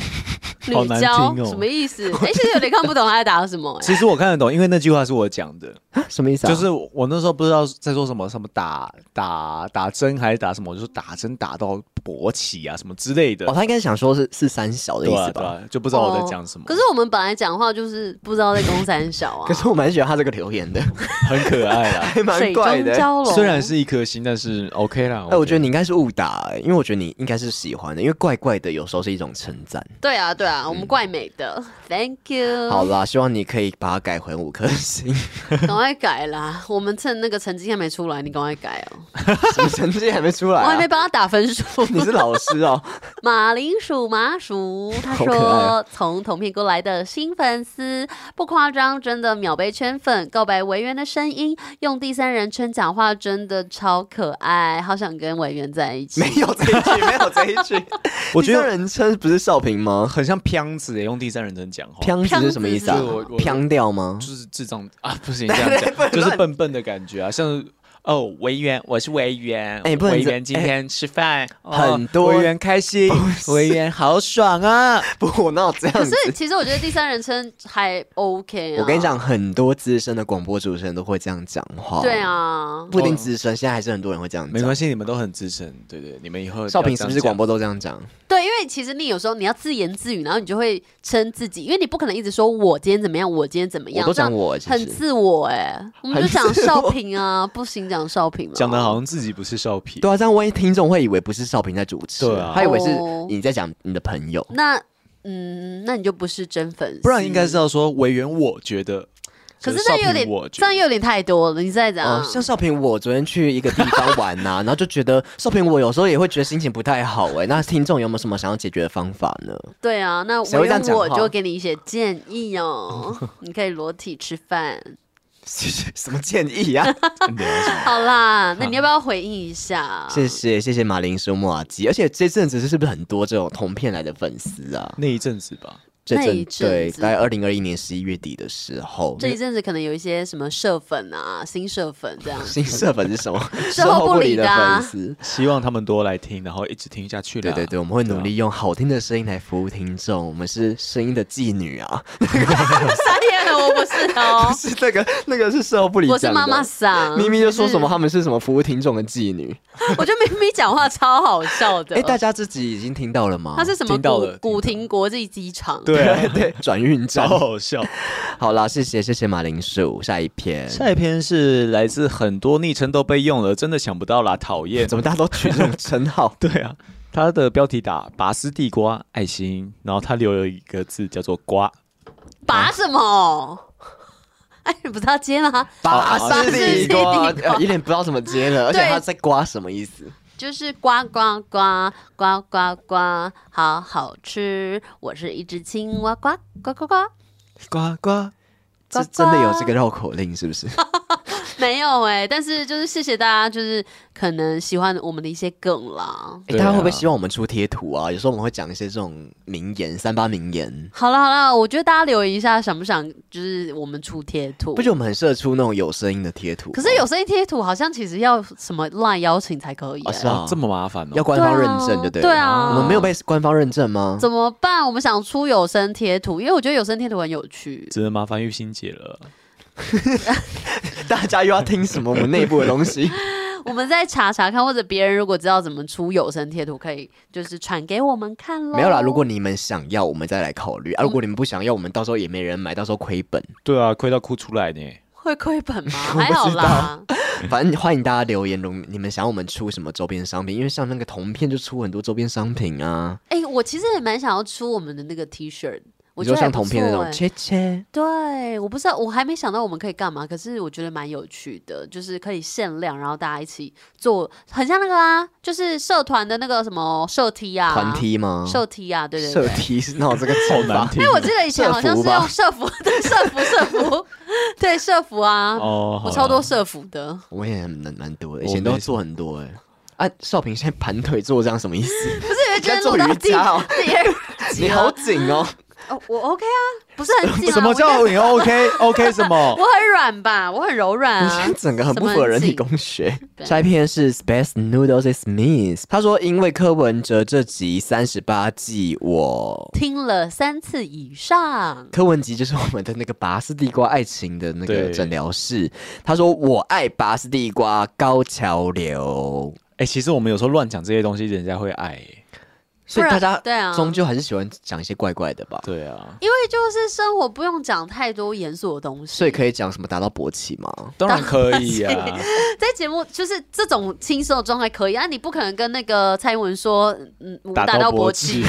A: 女
D: 好难
A: 胶、
D: 听哦
A: 什么意 思？哎、其实有点看不懂他在打什么、哎
D: 其实我看得懂，因为那句话是我讲的，
C: 什么意思啊？
D: 就是我那时候不知道在说什么，什么打打打针还是打什么，我就说打针打到勃起啊什么之类的，
C: 哦，他应该是想说是是三小的意
D: 对啊
C: 思
D: 对
C: 吧？
D: 啊，就不知道我在讲什么，
A: 可是我们本来讲话就是不知道在攻三小啊，
C: 可是我蛮喜欢他这个留言的，
D: 很可爱 啦。
C: 还蛮
A: 水
C: 怪的
A: 中。蛟龙。
D: 欸虽然是一颗星，但是 OK 啦。
C: 哎、我觉得你应该是误打、欸，因为我觉得你应该是喜欢的，因为怪怪的有时候是一种称赞。
A: 对啊对啊，我们怪美
D: 嗯
A: 的、t h a n k you。
C: 好啦，希望你可以把它改回五颗 星，
A: 赶快改啦！我们趁那个成绩还没出来，你赶快改哦、
C: 什么成绩还没出来、
A: 我还没
C: 啊？
A: 帮他打分数。
C: 你是老 师哦、
A: 马铃薯麻薯，他
C: 好可爱
A: 说
C: 啊
A: 从同片过来的新粉丝，不夸张，真的秒被圈粉。告白维园的声音，用第三人称讲话，真的超可爱，好想跟维园在一起
C: 没。有这一句，没有这一句。
D: 我觉
C: 第三
D: 得
C: 人称不是少平吗？
D: 很像飘子耶，用第三人称讲话，
C: 飘子是什么意思啊
A: 哦飘子是我？
D: 我
C: 飘掉吗？
D: 就是智障啊， 不行这样讲，就是笨笨的感觉啊，像是哦，维园，我是维园，
C: 哎不能
D: 维
C: 这
D: 园今天吃饭，哦
C: 很多
D: 维园开心，维园好爽啊，
C: 不，我哪有这样
A: 可
C: 子？
A: 是其实我觉得第三人称还 OK 啊。
C: 我跟你，讲，哦很多资深的广播主持人都会这样讲话。
A: 对，啊，
C: 不一定资深，现在还是很多人会这样讲。
D: 哦没关系，你们都很资深，对对，你们以后
C: 少平是不是广
D: 播？
C: 播都这样讲？
A: 对，因为其实你有时候你要自言自语，然后你就会称自己，因为你不可能一直说我今天怎么样，我今天怎么样，
C: 我都
A: 这样
C: 讲我其实
A: 很自我哎、我们就
C: 很
A: 讲
C: 自
A: 少
C: 我
A: 平啊，不行讲少平了，
D: 讲的好像自己不是少皮，
C: 对啊，这样万一听众会以为不是少平在主持，
D: 对啊
C: 他以为是
A: 哦
C: 你在讲你的朋 友。
A: 那嗯，那你就不是真粉丝，
D: 不然应该是。要说维园，我觉得，
A: 可是这
D: 就少
A: 样有
D: 平
A: 点
D: 我，觉
A: 这
D: 得
A: 样又有点太多了。你在讲、
C: 哦，像少平，我昨天去一个地方玩呐、 然后就觉得少平，我有时候也会觉得心情不太好哎、那听众有没有什么想要解决的方法呢？
A: 对啊，那
C: 谁会
A: 我
C: 这样讲
A: 我
C: 话
A: 就给你一些建议 哦。你可以裸体吃饭，
C: 什么建议啊？
A: 好啦，那你要不要回应一下？
C: 谢谢谢谢马铃薯莫瓦基，而且这阵子是不是很多这种同片来的粉丝啊？
D: 那一阵子吧，
C: 这
A: 那一
C: 阵
A: 阵
C: 对，
A: 子
C: 在二零二一年十一月底的时候，，
A: 这一阵子可能有一些什么社粉啊、新社粉这样
C: 新社粉是什 么？
A: 售后不理
C: 理
A: 的
C: 的
A: 啊
C: 粉丝。
D: 希望他们多来听，然后一直听下去啦
C: 对对对，我们会
D: 对
C: 努
D: 啊
C: 力用好听的声音来服务听众。我们是声音的妓女啊，
A: 傻眼了，我不是 哦
C: 不，是那个那个是售后 不理
A: 我
C: 讲
A: 是
C: 的。
A: 妈妈桑，
C: 咪咪就说什么
A: 是
C: 他们是什么服务听众的妓女。
A: 我觉得咪咪讲话超好笑的。
C: 哎，大家自己已经听到了吗？
A: 他是什么
D: 听到了
A: 古
D: 听到
A: 古亭国际机场？
D: 对啊， 哦
C: 对转运站
D: 超。好 笑。
C: 好啦，谢谢谢谢马铃薯，下一篇。
D: 下一篇是来自很多昵称都被用了，真的想不到啦，讨厌。？
C: 怎么大家都取这种称号
D: 对啊，他的标题打“拔丝地瓜爱心”，然后他留了一个字叫做“瓜
A: 拔什么？ 哎，你不是要接吗？
C: 巴士
A: 地
C: 地
A: 瓜
C: 瓜，呃有点不知道怎么接了，而且
A: 对
C: 他在刮什么意思？
A: 就是呱呱呱呱呱呱，好好吃。我是一只青蛙，呱呱呱呱。”，
D: 瓜瓜。
A: 呱
C: 这
A: 呱
C: 真的有这个绕口令是不是？
A: 没有哎、但是就是谢谢大家，就是可能喜欢我们的一些梗啦。
C: 欸、
D: 对
C: 大家会不会
D: 啊
C: 希望我们出贴图啊？有时候我们会讲一些这种名言，三八名言。
A: 好了好了，我觉得大家留言一下，想不想就是我们出贴图？
C: 不觉得我们很适合出那种有声音的贴图吗？
A: 可是有声音贴图好像其实要什么 line 邀请才可以、欸
C: 哦是啊
D: 这么麻烦哦！
C: 要官方认证，对不
A: 对啊
C: 对？哦
A: 对啊
C: 我们没有被官方认证吗？
A: 怎么办？我们想出有声贴图，因为我觉得有声贴图很有趣。
D: 只能麻烦玉心姐了。
C: 大家又要听什么我们内部的东 西？
A: 我们再查查看，或者别人如果知道怎么出有声贴图，可以就是传给我们看喽。
C: 没有啦，如果你们想要，我们再来考虑
A: 嗯
C: 啊。如果你们不想要，我们到时候也没人买，到时候亏 本。
D: 对啊，亏到哭出来呢。
A: 会亏本 吗？还好啦，
C: 反正欢迎大家留言，如你们想要我们出什么周边商品？因为像那个铜片就出很多周边商品啊。
A: 哎、我其实也蛮想要出我们的那个 T 恤，我
C: 你
A: 觉得
C: 说
A: 还
C: 像
A: 不
C: 同片那
A: 错
C: 种
A: 欸
C: 切切，
A: 对，我不知道，我还没想到我们可以干嘛，可是我觉得蛮有趣的，就是可以限量，然后大家一起做，很像那个啊，就是社团的那个什么社梯啊，
C: 团、梯吗？
A: 社梯啊，对对
C: 社
A: 对。
C: 梯是那我 这个好
D: 难听
A: 因为我记得以前好像是
C: 社服吧
A: 用社服， 对社服社服， 对社服啊，
D: 哦，
A: 我
D: 好
A: 超
D: 啦
A: 多社服的。
C: 我也蛮蛮多的，以
D: 我
C: 前都
D: 没
C: 做很多哎、啊，少平现在盘腿坐这样什么意思？
A: 不是，觉
C: 在
A: 得
C: 做
A: 录到
C: 瑜
A: 第
C: 伽哦
A: 第二集
C: 你好
A: 了，
C: 紧 哦，
A: 哦 我 OK 啊，不是很 紧啊。
D: 什么
A: 我觉
D: 叫
A: 得
D: 你 OK OK 什 么
A: 我？很软吧？我很柔软
C: 你
A: 啊
C: 现在。整个很
A: 什
C: 不
A: 么
C: 符合
A: 很
C: 人体
A: 紧
C: 工学。
A: 对
C: 下一篇是 Space Noodles is Me，他说因为柯文哲这集三十八季，我
A: 听了三次以上，
C: 柯文吉就是我们的那个拔丝地瓜爱情的那个
D: 对
C: 诊疗室。他说我爱拔丝地瓜高桥流，
D: 哎、其实我们有时候乱讲这些东西，人家会爱、欸。
C: 所以
A: 不
C: 大
A: 然
C: 家
A: 对啊
C: 终究还是喜欢讲一些怪怪的吧。
D: 对啊，
A: 因为就是生活不用讲太多严肃的东西，
C: 所以可以讲什么达到勃起吗？
D: 当然可以啊。
A: 在节目就是这种轻松的状态可以啊，你不可能跟那个蔡英文说，嗯，我打到
D: 勃
A: 勃起，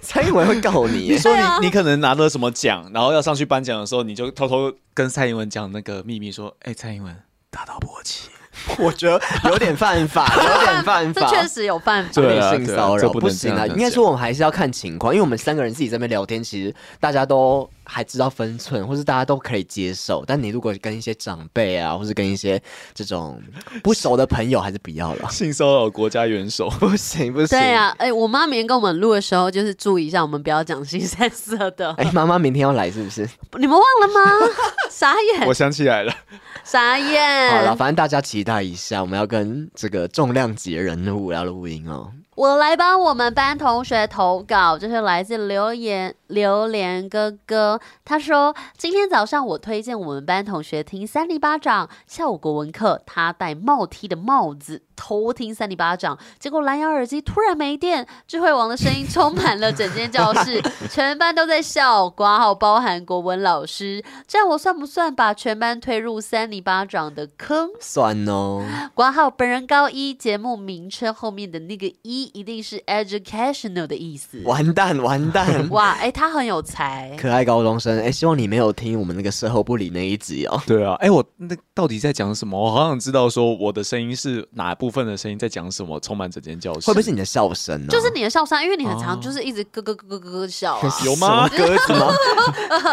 C: 蔡英文会告你欸
D: 你
C: 耶。
D: 说
A: 对啊
D: 啊你你可能拿了什么奖，然后要上去颁奖的时候，你就偷偷跟蔡英文讲那个秘密，说：“哎、蔡英文打到勃 起。
C: 我觉得 有点犯法， 有点犯
A: 这
C: 法。
A: 确实有办法。
D: 对啊
C: 有点性骚
D: 对啊这
C: 扰
D: 不能
C: 不行
D: 这
C: 啊！
D: 样讲
C: 应该说我们还是要看情况，因为我们三个人自己在那边聊天，其实大家都还知道分寸，或是大家都可以接受。但你如果跟一些长辈啊，或是跟一些这种不熟的朋友，还是不 要了”。
D: 性骚扰国家元首，
C: 不行不行，
A: 对啊，哎、我妈明天跟我们录的时候，就是注意一下，我们不要讲新三色的。
C: 哎，妈妈明天要来是不是？
A: 你们忘了吗？ 傻
D: 我
A: 眼，
D: 想起来了，
A: 傻眼。
C: 好了，反正大家期待一下，我们要跟这个重量级的人物要录音哦。
A: 我来帮我们班同学投稿，这是来自留言榴莲哥哥。他说，今天早上我推荐我们班同学听三里巴掌，下午国文课他戴帽 T 的帽子偷听三里巴掌，结果蓝牙耳机突然没电，智慧王的声音充满了整间教室，全班都在笑，挂号包含国文老师，这样我算不算把全班推入三里巴掌的坑？
C: 算哦，
A: 挂号本人高一节目名称后面的那个一一定是 educational 的意思。，
C: 完蛋完蛋
A: 哇，哎、他很有才。
C: 可爱高中生，哎，希望你没有听我们那个售后不理那一集 哦。
D: 对啊，哎、我那到底在讲什么？我好想知道，说我的声音是哪部分的声音在讲什么，充满整间教室。
C: 会不会是你的笑声呢？
A: 就是你的笑声，因为你很
D: 哦
A: 常就是一直咯咯咯咯咯咯笑啊，
D: 有吗？格子 吗？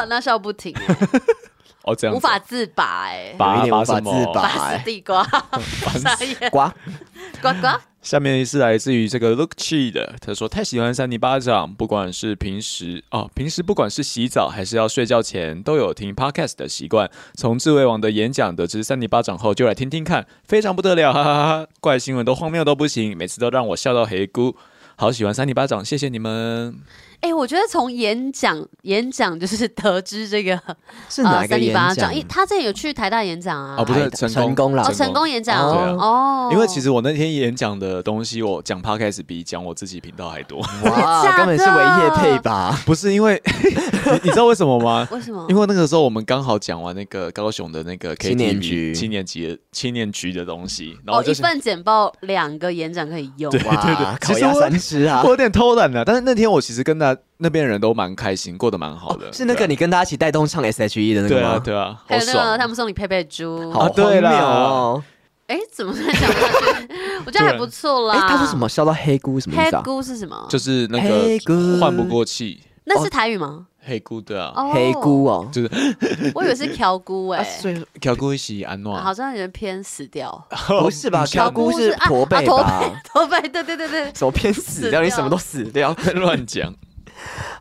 A: 那笑不停、哎
D: 哦，这样子
A: 无法自拔哎、
C: 有一
D: 拔
C: 点无
D: 拔
C: 法
D: 什么
C: 自？拔欸
A: 拔死地 瓜，傻眼，
C: 瓜。
A: 呱呱，
D: 下面是来自于这个 Look Chi 的，他说太喜欢三尼巴掌，不管是平时哦，平时不管是洗澡还是要睡觉前，都有听 podcast 的习惯。从智慧王的演讲得知三尼巴掌后，就来听听看，非常不得了，哈 哈哈哈！怪新闻都荒谬到不行，每次都让我笑到黑咕。好喜欢三尼巴掌，谢谢你们。
A: 哎、我觉得从演讲演讲就是得知这个呃
C: 是哪一个
A: 三里
C: 演
A: 巴
C: 讲
A: 掌，？因为他之前有去台大演讲啊，
D: 哦，不是
C: 哎
D: 成功
C: 成功啦
A: 哦成功演讲
D: 对啊
A: 哦，
D: 因为其实我那天演讲的东西，我讲 podcast 比讲我自己频道还多，
A: 真
C: 哇，
A: 的
C: 根本是
A: 假的
C: 为业配 吧？
D: 不是因为 你你知道为什么吗？
A: 为什么？哦
D: 因为那个时候我们刚好讲完那个高雄的那个 KTV
C: 青年局
D: 青年局的青年局的东西，然后
A: 哦
D: 我，就
A: 一
D: 是、
A: 份简报两个演讲可以用，
C: 哇，
D: 对对其
C: 烤
D: 实
C: 鸭
D: 我
C: 三吃啊
D: 我！有点偷懒了、但是那天我其实跟那那边人都蛮开心，过得蛮好的。
C: 哦是那个你跟大家一起带动唱 S H E 的那
D: 对
C: 个
D: 啊
C: 吗？
D: 对啊，
A: 还
D: 好
A: 有那个
D: 爽。
A: 他们送你佩佩猪，
C: 好
D: 啊对
C: 荒
D: 啦
C: 谬哦！
A: 哎，怎么在讲下去？ 我觉得还不错
C: 哎
A: 啦。，
C: 他说什？么笑到黑姑什么意
A: 黑
C: 思啊？
A: 姑是什么？
D: 就是那
C: 黑
D: 个
C: 姑
D: 换不过气，
A: 那是台语吗？
D: 黑姑对啊，
A: 哦，
C: 哦黑姑，哦，
A: 我以为是乔姑
C: 啊
A: 哎，
C: 所以
D: 调姑一起安
A: 啊好
D: 诺，啊
A: 像有点偏死掉。
C: 不 是吧？
A: 乔
C: 飘姑是
A: 啊
C: 驼
A: 啊
C: 背
A: 驼
C: 吧
A: 背？，驼背， 对对对对。
C: 怎么偏死掉？你
A: 死掉
C: 什么都死掉。
D: 乱讲。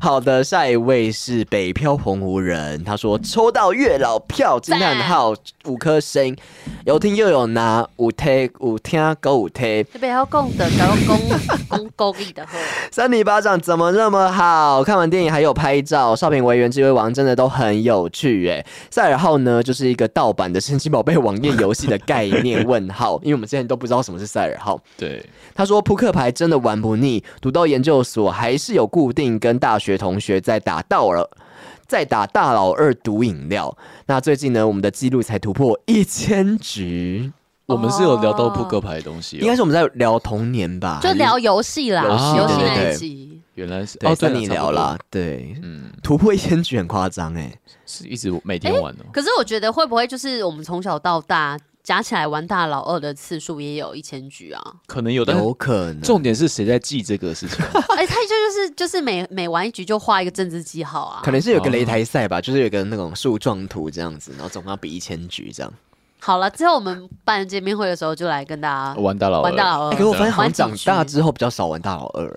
C: 好的，下一位是北漂澎湖人，他说抽到月老票惊叹号五颗星，有听又有拿，五推五听啊勾五推，
A: 这边还有供的，然后供供勾一 的喝，
C: 三里巴掌怎么那么好？看完电影还有拍照，少平为原之为王真的都很有趣诶。再然后呢，就是一个盗版的神奇宝贝网页游戏的概念问号，因为我们之前都不知道什么是赛尔号。
D: 对，
C: 他说扑克牌真的玩不腻，读到研究所还是有固定跟大学同学在打道了。在打大老二赌饮料，那最近呢，我们的记录才突破一千局，
D: 我们是有聊到扑克牌的东西哦，
C: 应该是我们在聊童年吧？
A: 就聊游戏啦，
C: 游戏
A: 游戏
D: 对
A: 那
D: 对
A: 一
C: 啊对
A: 集。
D: 原来是
C: 对，
D: 哦，对
C: 三尼聊
D: 了，
C: 啦，对，
D: 嗯，
C: 突破一千局很夸张哎，
D: 是一直每天玩哦。
A: 可是我觉得会不会就是我们从小到大加起来玩大老二的次数也有一千局 啊？
D: 可能有，但是
C: 有可能。
D: 重点是谁在记这个事情？啊
A: 哎、他就就是就是每每玩一局就画一个政治记号啊
C: 可。能是有个擂台赛吧，就是有个那种树状图这样子，然后总共要比一千局这样。
A: 好了，之后我们办见面会的时候就来跟大家
D: 玩大佬了，
A: 玩大老
C: 哎、
A: 二。
C: 可我发现好像
A: 玩几
C: 长大
A: 局
C: 之后比较少玩大老二了，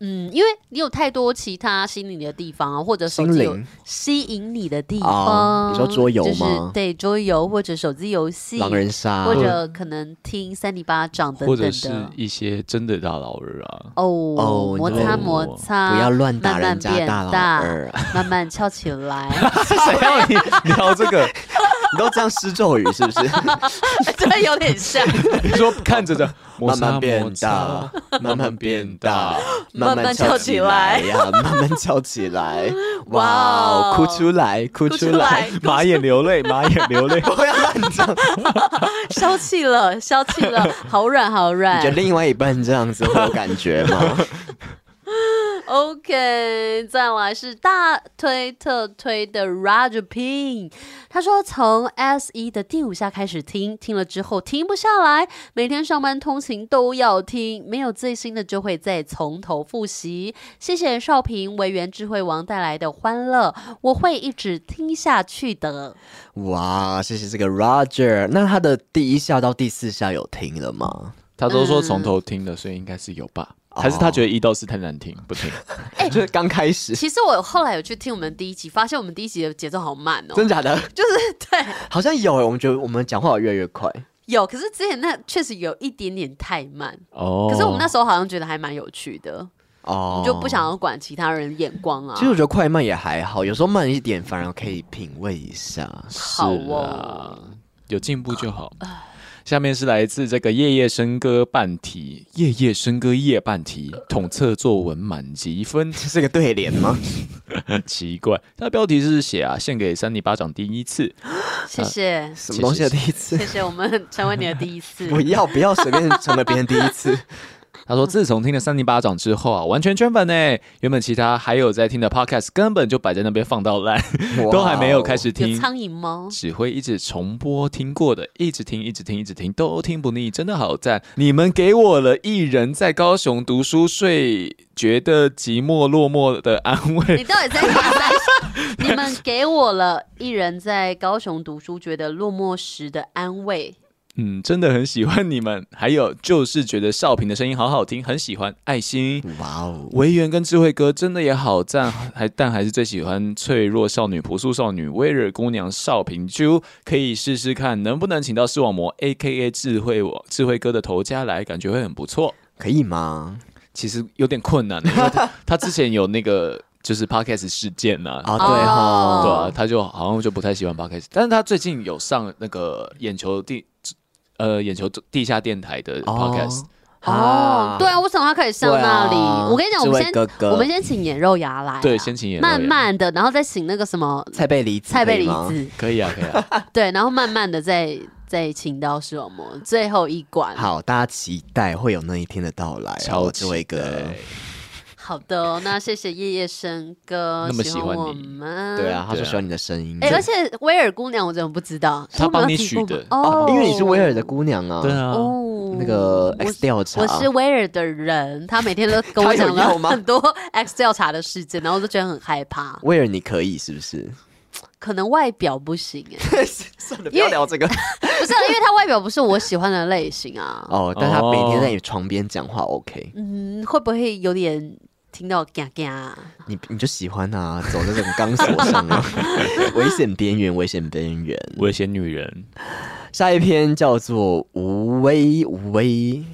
A: 嗯，因为你有太多其他吸引你的地方啊，或者手机有
C: 心灵
A: 吸引你的地
C: 哦
A: 方。
C: 你说桌游
A: 就是
C: 吗
A: 对，桌游或者手机游戏，
C: 狼人杀啊
A: 或者可能听三里巴掌等
D: 或
A: 等
D: 者是
A: 的。
D: 一些真的大佬了啊。
A: 哦
C: 哦
A: 摩
C: 你
A: 擦
D: 说
A: 摩擦，
C: 不要乱
A: 啊
C: 打
A: 慢慢
C: 人家
A: 变
C: 大老
A: 大
C: 二 啊，
A: 慢慢翘起来。
D: 谁要你聊这个？
C: 你都这样施咒语是不是？
A: 真的有点 像，
D: 你说看着 的，摩
C: 慢
D: 擦
C: 慢变
D: 摩擦
C: 大，慢慢 变大，
A: 慢慢翘
C: 翘
A: 起
C: 起
A: 来
C: 呀，慢慢翘起来，
A: 哇
C: 哇
A: 哦
C: 哦，哭出来，哭
A: 哭
C: 出
A: 出
C: 来，
A: 来
D: 马眼流泪，马眼流泪。
C: 不要乱讲。
A: 消气了，消气了，好软好
C: 你觉得
A: 软。
C: 另外一半这样子会有感觉吗？
A: OK，再来是大推特推的 Roger Pin，他说从 S 一的第五下开始听，听了之后停不下来，每天上班通勤都要听，没有最新的就会再从头复习。谢谢少平维园智慧王带来的欢乐，我会一直听下去的。
C: 哇，谢谢这个 Roger。那他的第一下到第四下有听了吗？
D: 他都说
A: 嗯
D: 从头听的，所以应该是有吧？还是他觉得一到四太难听，不 听？
C: 就是刚开始，
A: 哎其实我后来有去听我们第一集，发现我们第一集的节奏好慢哦，
C: 真假的？
A: 就是对。
C: 好像有诶，我们觉得我们讲话有越来越快。
A: 有，可是之前那确实有一点点太慢。
D: 哦，
A: 可是我们那时候好像觉得还蛮有趣的，
C: 哦
A: 我就不想。要管其他人眼光啊。
C: 其实我觉得快慢也还好，有时候慢一点反而可以品味一下。
A: 好
D: 是啦
A: 哦，
D: 有进步就好。 下面是来自这个夜夜笙歌半题，夜夜笙歌夜半题，统测作文满级分，
C: 这是个对联吗？
D: 奇怪。它的标题是写啊，献给三尼巴掌第一次，
A: 谢谢，
C: 什么东西的第一次
A: 呃谢？谢我们成为你的第一 次。
C: 不要不要随便成为别人第一 次。
D: 他说：“自从听了三零巴掌之后啊，完全圈粉呢。原本其他还有在听的 podcast 根本就摆在那边放到烂，
C: 哦
D: 都还没有开始
A: 有
D: 听，
A: 苍蝇 吗？
D: 只会一直重播听过的，一直听，一直听，一直听，都听不腻，真的好赞！你们给我了一人在高雄读书睡，觉得寂寞落寞的安
A: 你
D: 慰。
A: 到底在哪三小？你们给我了一人在高雄读书，觉得落寞时的安慰。
D: 嗯，真的很喜欢你们。还有就是觉得少平的声音好好听，很喜欢爱心。”
C: 哇哦，
D: 维园跟智慧哥真的也好赞，还但还是最喜欢脆弱少女、朴素少女、威尔姑娘、少平啾，可以试试看能不能请到视网膜 A K A 智慧网智慧哥的头家来，感觉会很不错。
C: 可以吗？
D: 其实有点困难，因为他他之前有那 个就是 podcast 事件呐、
C: 啊，
A: 哦
C: 对哈，
D: 对啊，他就好像就不太喜欢 podcast，但是他最近有上那个眼球地呃眼球地下电台的 podcast，、
A: 哦，对啊，为什么他可以上那里？
C: 对啊
A: 我跟你讲，我
C: 这
A: 们
C: 位
A: 先
C: 哥哥
A: 我们先请眼肉芽来啊、
D: 对，先请眼
A: 慢
D: 肉眼
A: 慢的，然后再请那个什么
C: 蔡贝离子
A: 蔡贝
C: 可以
A: 离
C: 吗
A: 子，
D: 可以啊，可以啊。
A: 对，然后慢慢的再再请到视网膜最后一关。，
C: 好，大家期待会有那一天的到来
D: 超
C: 哦，这位哥。
D: 期待
A: 好的哦、那谢谢夜夜笙歌，
D: 那么喜
A: 喜
D: 欢
A: 欢我
D: 你
A: 们。
C: 对啊，他
D: 对
C: 说
D: 啊
C: 喜欢你的声音
A: 嗯哎、，而且威尔姑娘我怎么不知道？
D: 他帮你
A: 是我没有
D: 取的
A: 提过吗哦，
C: 啊因为你是威尔的姑娘 啊，
D: 对，啊，
A: 哦，
C: 那个 X 调查
A: 我是威尔的人，他每天都跟我
C: 他有
A: 讲了
C: 用吗
A: 很多 X 调查的事件，然后我都觉得很害怕。
C: 威尔，你可以是不 是？
A: 可能外表不行哎、
C: 算了，
A: 不要
C: 聊这 个
A: 不是、啊，因为他外表不是我喜欢的类型啊。
C: 哦。但他每天在你床边讲话，OK，
A: 嗯，会不会有点听到嘎嘎啊？
C: 你你就喜欢啊，走那种钢索上啊，危险边缘，危险边缘。
D: 危险女人，
C: 下一篇叫做《无微无微》，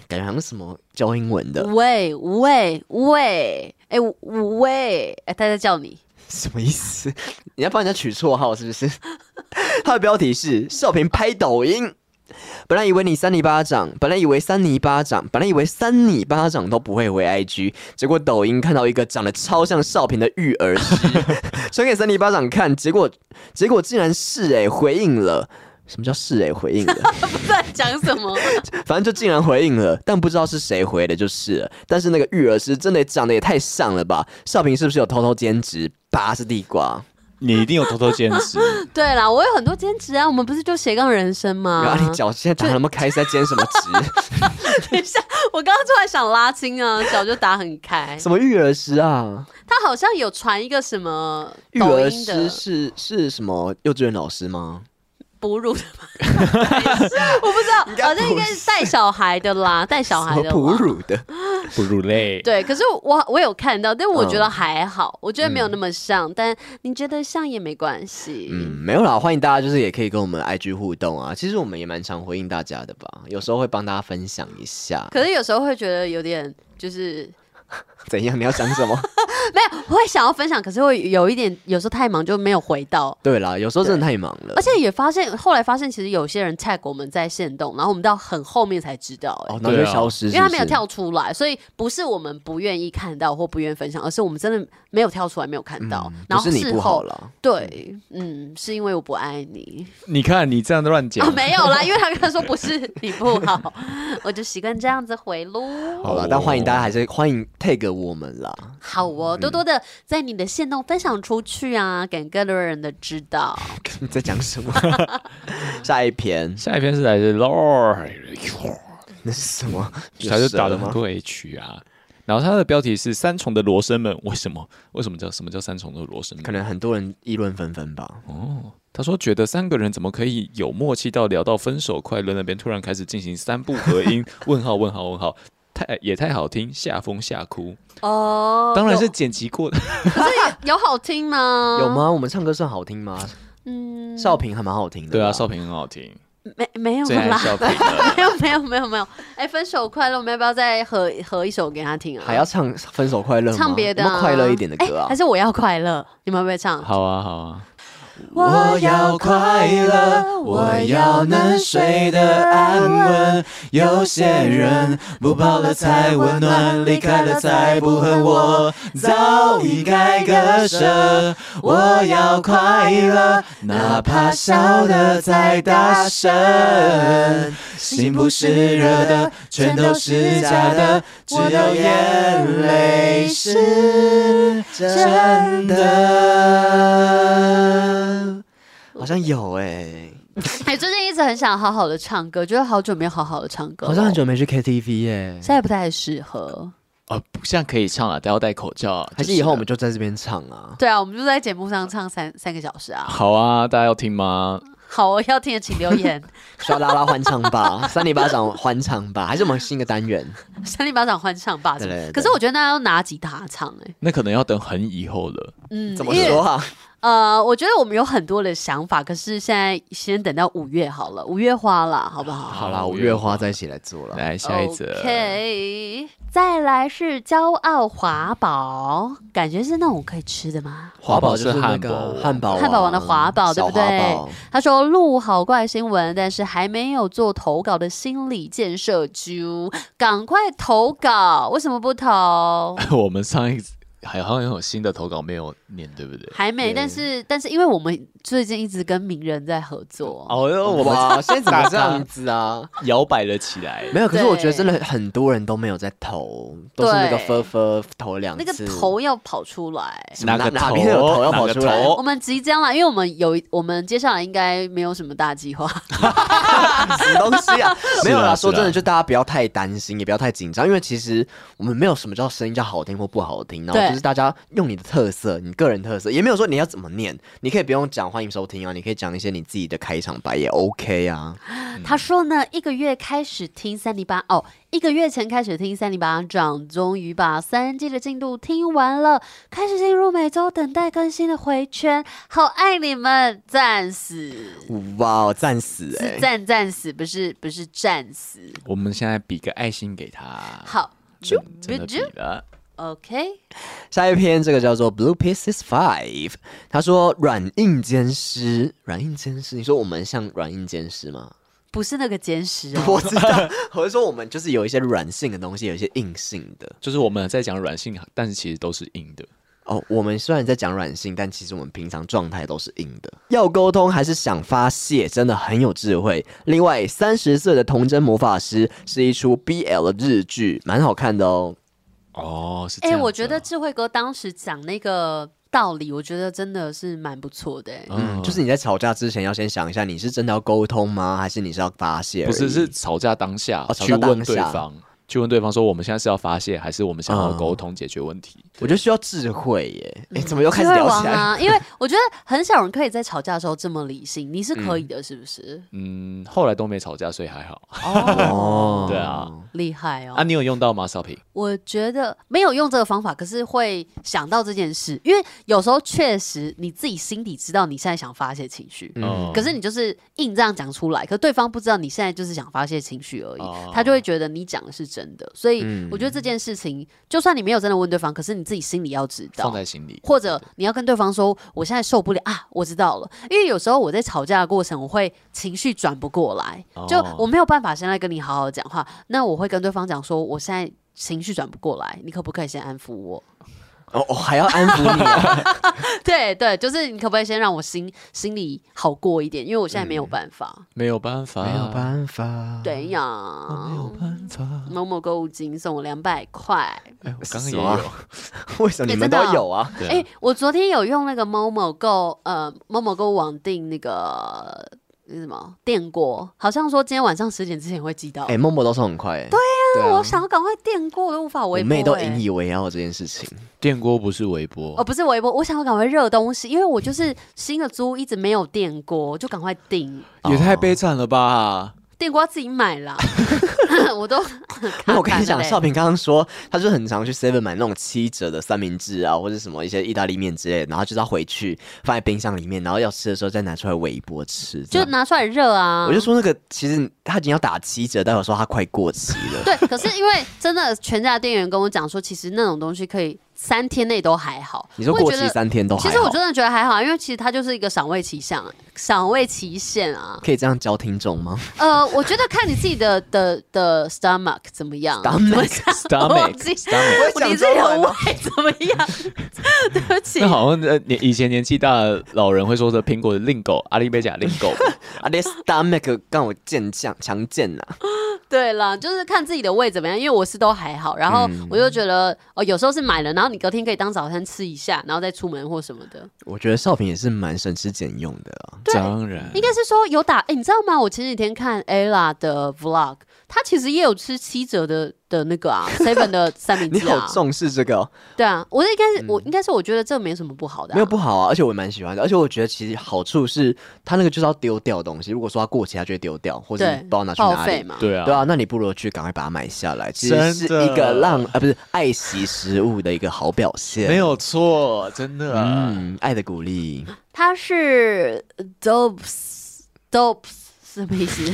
C: 感觉好像什么教英文的，
A: 喂喂喂，哎、喂，哎、他在叫你。
C: 什么意思？你要帮人家取绰号是不 是？它的标题是“少平拍抖音”。本来以为你三泥巴掌，本来以为三泥巴掌，本来以为三泥巴掌都不会回 IG，结果抖音看到一个长得超像少平的育 儿师，传给三泥巴掌看，结果结果竟然是哎、回应了。什么叫是诶、回应的？
A: 不知道在讲什么，
C: 反正就竟然回应了，但不知道是谁回的，就是了。但是那个育儿师真的长得也太像了吧？少平是不是有偷偷兼职？八是地瓜，
D: 你一定有偷偷兼职，
A: 对啦，我有很多兼职啊，我们不是就斜杠人生吗？
C: 然后你脚现在打那么开，是在兼什么 职？
A: 等一下，我刚刚突然想拉筋啊，脚就打很开。
C: 什么育儿师啊？
A: 他好像有传一个什么
C: 育
A: 抖
C: 儿
A: 音的
C: 师是是什么幼稚园老师吗？
A: 哺乳的吗？ 我不知道，好像应该 是带小孩的啦，带小
C: 什
A: 孩
C: 么
A: 的
C: 哺
A: 啦。
C: 乳 的？
D: 哺乳类。
A: 对，可是我我有看到，但我觉
C: 嗯
A: 得还好，我觉得没有那么像，但你觉得像也没关系。
C: 嗯，没有啦，欢迎大家就是也可以跟我们 IG 互动啊。其实我们也蛮常回应大家的吧，有时候会帮大家分享一下。
A: 可是有时候会觉得有点就是
C: 怎样？你要讲什么？
A: 没有，我会想要分享，可是会有一点，有时候太忙就没有回到。
C: 对啦，有时候真的太忙了
A: 而。且也发现，后来发现其实有些人 tag 我们在线动，然后我们到很后面才知道、哎、
C: 哦，那就会
D: 对啊
C: 消失是不是，
A: 因为他没有跳出来，所以不是我们不愿意看到或不愿意分享，而是我们真的没有跳出来，没有看到。然后
C: 嗯不是
A: 事后
C: 你不好了。
A: 对，嗯，是因为我不爱你
D: 你看你这样乱
A: 啊、
D: 讲，
A: 没有啦，因为他跟他说不是你不好，我就习惯这样子回撸。
D: 哦
C: 好了，但欢迎大家还是欢迎 tag 我们 啦。
A: 好哦，多多
C: 嗯
A: 的在你的线动分享出去啊，给更多人的知道。
C: 你在讲什么？ 下一篇
D: 下一篇是来自 Lord，
C: 那是什么？
D: 他就打
C: 了
D: 了很？多 H 啊。然后他的标题是“三重的罗生门”，为什么？为什么叫什么叫三重的罗生
C: 可
D: 门？
C: 能很多人议论纷纷吧。
A: 嗯
D: 他说觉得三个人怎么可以有默契到聊到分手快乐那边，突然开始进行三不合音？问号问号问号，太也太好听，吓疯吓哭。
A: 哦，
D: 当然是
A: 有
D: 剪辑过的，
A: 有好听吗？
C: 有？吗？我们唱歌算好听吗？
A: 嗯，
C: 少平还蛮好听的吧。
D: 对啊，少平很好听，
A: 没没有
D: 最爱
A: 啦，
D: 少平了。
A: 没有没有没有没有，哎、分手快乐，我们要不要再合合一首给他听啊？
C: 还要唱《分手快乐》吗？
A: 唱别的、
C: 我们
A: 啊，
C: 快乐一点的歌
A: 哎
C: 啊
A: 还。是我要快乐？你们会不会唱？
D: 好啊，好啊，
A: 我
D: 要快乐我要能睡得安稳。有些人不抱了才温暖，离开了才不恨我，早已该割舍。我要快乐，哪怕笑得再大声。心不是热的，全都是假的，只有眼泪是真的。
C: 好像有哎、
A: 哎、最近一直很想好好的唱歌，觉得好久没有好好的唱歌、
C: 好像很，久没去 KTV 耶、
A: 现在不太适合。
D: 呃，不像可以唱了，但要戴口罩啊。
C: 还是
D: 就
C: 以后
D: 了
C: 我们就在这边唱啊。
A: 对啊，我们就在节目上唱 三三个小时啊。
D: 好啊，大家要听吗？
A: 好、哦，要听的请留 言。
C: 刷啦啦欢唱 吧，三里巴掌欢唱吧，还是我们新的单元？
A: 三里巴掌欢唱吧，
C: 对对对
A: 可是我觉得大家要拿吉他唱、哎，
D: 那可能要等很以后了。
A: 嗯，
C: 怎么
A: 因为
C: 说啊？
A: 呃，我觉得我们有很多的想法，可是现在先等到五月好了，五月花啦，好不好？
C: 好啦，五月花再一起来做了。
D: 来下一则
A: OK，再来是骄傲华堡，感觉是那种可以吃的吗？
D: 华堡
C: 就是
D: 是
C: 那
D: 汉
C: 个
D: 堡王
C: 汉堡
A: 汉堡王的华堡，对
C: 小
A: 不
C: 华
A: 对
C: 堡？
A: 他说录好怪新闻，但是还没有做投稿的心理建设啾，赶快投稿，为什么不投？
D: 我们上一次还好像有新的投稿没有念，对不对？
A: 还没，但是但是因为我们最近一直跟名人在合作，
D: 哦，我们
C: 哇，现在怎么这样子啊？
D: 摇摆了起来。
C: 没有，可是
A: 对
C: 我觉得真的很多人都没有在投，都是那个
A: 对
C: f 分投两
A: 那
C: 次，
A: 个头要跑出来。
C: 什么
D: 哪个
C: 哪
D: 头
C: 边有头要跑出
D: 哪
C: 来
D: 个？头
A: 我们即将啦，因为我们有我们接下来应该没有什么大计划，
C: 什么东西啊？没有
D: 是
C: 啦，
D: 啦
C: 说真
D: 是
C: 的，
D: 啦
C: 就大家不要太担心，也不要太紧张，因为其实我们没有什么叫声音叫好听或不好听，然后
A: 对
C: 就是大家用你的特色，你个人特色，也没有说你要怎么念，你可以不用讲欢迎收听啊，你可以讲一些你自己的开场白也 OK 啊。
D: 嗯
A: 他说呢，一个月开始听三零八哦，一个月前开始听三零八掌，终于把三季的进度听完了，开始进入每周等待更新的回圈，好爱你们，赞死！
C: 哇，赞死哎、
A: 是赞赞死，不是不是战死。
D: 我们现在比个爱心给他。
A: 好，啾
D: 嗯，真
A: 啾
D: 的比
A: 啾
D: 了。
A: ，OK，
C: 下一篇这个叫做 Blue Pieces Five，他说软硬兼施，软硬兼施，你说我们像软硬兼施吗？
A: 不是那个坚实哦，
C: 我知道，我是说我们就是有一些软性的东西，有一些硬性的。
D: 就是我们在讲软性，但是其实都是硬的。
C: 哦，我们虽然在讲软性，但其实我们平常状态都是硬的。要沟通还是想发泄，真的很有智慧。另外，《三十岁的童真魔法师》是一出 BL 日剧，蛮好看的哦。
D: 哦，是这
A: 哎、
D: 样子哦。
A: 我觉得智慧哥当时讲那个道理，我觉得真的是蛮不错的、哎
D: 嗯，
C: 就是你在吵架之前要先想一下，你是真的要沟通吗？还是你是要发泄而已？
D: 不是是吵架当下、
C: 哦
D: 去问
C: 吵架
D: 对
C: 当下
D: 方，去问对方说我们现在是要发泄，还是我们想要
C: 嗯
D: 沟通解决问题？
C: 我觉得需要智慧耶。哎、怎么又开
A: 智
C: 始
A: 慧
C: 聊
A: 王
C: 起来？
A: 啊，因为我觉得很少人可以在吵架的时候这么理性，你是可以的，是不是？
D: 嗯，后来都没吵架，所以还好。
A: 哦，
D: 对啊，
A: 厉害哦！
D: 啊，你有用到吗，少平？
A: 我觉得没有用这个方法，可是会想到这件事，因为有时候确实你自己心底知道你现在想发泄情绪，
D: 嗯，
A: 可是你就是硬这样讲出来，可对方不知道你现在就是想发泄情绪而已，
D: 哦
A: 他就会觉得你讲的是真的。所以
C: 嗯
A: 我觉得这件事情，就算你没有真的问对方，可是你自己心里要知
D: 放
A: 道。
D: 在心里，
A: 或者你要跟对方说，我现在受不了啊，我知道了。因为有时候我在吵架的过程，我会情绪转不过来，就
D: 哦
A: 我没有办法现在跟你好好讲话，那我会跟对方讲说，我现在情绪转不过来，你可不可以先安抚我？
C: 哦，哦还要安抚你、 啊，
A: 对对，就是你可不可以先让我心心里好过一点？因为我现在没有办法。
D: 没有办法，
C: 没有办法。
A: 对呀，
D: 没有办法。
A: 某某购物金送我两百块。
D: 哎，我刚刚
C: 什
D: 也
C: 么啊
D: 有，
C: 为什么你们都有啊？
D: 对啊
A: 哎、我昨天有用那个某某购呃某某购物网订那个那什么电锅，好像说今天晚上十点之前会寄到。哦
C: 哎、默默都是很快、欸。对呀、
A: 那我想要赶快电锅，我都无法
C: 我
A: 微波、
C: 妹都
A: 哎
C: 引以为傲这件 事情。
D: 电锅不是微波
A: 哦，，不是微波，我想要赶快热东西，因为我就是新的租屋一直没有电锅，就赶快订
D: 也太悲惨了吧？
A: 电锅要自己买 啦。 我都 欸
C: 没有，我跟你讲，少
A: 笑。
C: 平刚刚说，他就很常去 Seven 买那种七折的三明治啊，或者什么一些意大利面之类的，然后就是要回去放在冰箱里面，然后要吃的时候再拿出来微波吃。这
A: 就
C: 样
A: 拿出来热啊！
C: 我就说那个其实他已经要打七折，但我说他快过期了。
A: 对，可是因为真的，全家店员跟我讲说，其实那种东西可以三天内都还好。
C: 你说
A: 我也
C: 过
A: 觉
C: 期
A: 得，
C: 三天哦都还
A: 其实
C: 好，
A: 我真的觉得还好，因为其实它就是一个赏味期限啊，赏味期限啊。
C: 可以这样教听众吗？
A: 呃，我觉得看你自己的的的 stomach 怎么样。
C: 打
A: 怎么
C: 美
A: 我忘
D: stomach
A: 记
D: stomach，
C: 我也
A: 你
C: 想
A: 自
C: 中
A: 己的
C: 文
A: 胃
C: 啊
A: 怎么样？ 对不起
D: 那，好像呃，年以前年纪大的老人会说的苹果的令狗，阿里贝甲令 狗，
C: 啊，连 stomach 让我健将强健啊呐、
A: 对了，就是看自己的胃怎么样，因为我是都还好。然后
C: 嗯
A: 我就觉得，哦，有时候是买了，然后你隔天可以当早餐吃一下，然后再出门或什么的。
C: 我觉得少平也是蛮省吃俭用的啊。
D: 当然
A: 应该是说有打，哎、你知道吗？我前几天看 Ella 的 vlog，她其实也有吃七折的的那个啊 seven 的三明
C: 你
A: 治啊
C: 好，重视这个、哦，
A: 对啊，我应该是、我应该是我觉得这没什么不好的、啊，
C: 嗯没有不好啊，而且我也蛮喜欢的，而且我觉得其实好处是，它那个就是要丢掉的东西，如果说它过期，它就会丢掉，或者
A: 对
C: 不知道拿去
A: 报
C: 哪
A: 废
C: 里。
A: 嘛，
D: 对啊，
C: 对啊，那你不如去赶快把它买下来，其
D: 真
C: 实是一
D: 的
C: 个让啊不是爱惜食物的一个好表现。
D: 没，有错，真的。啊
C: 嗯，爱的鼓励，
A: 它是 dopes dopes 是什么意思？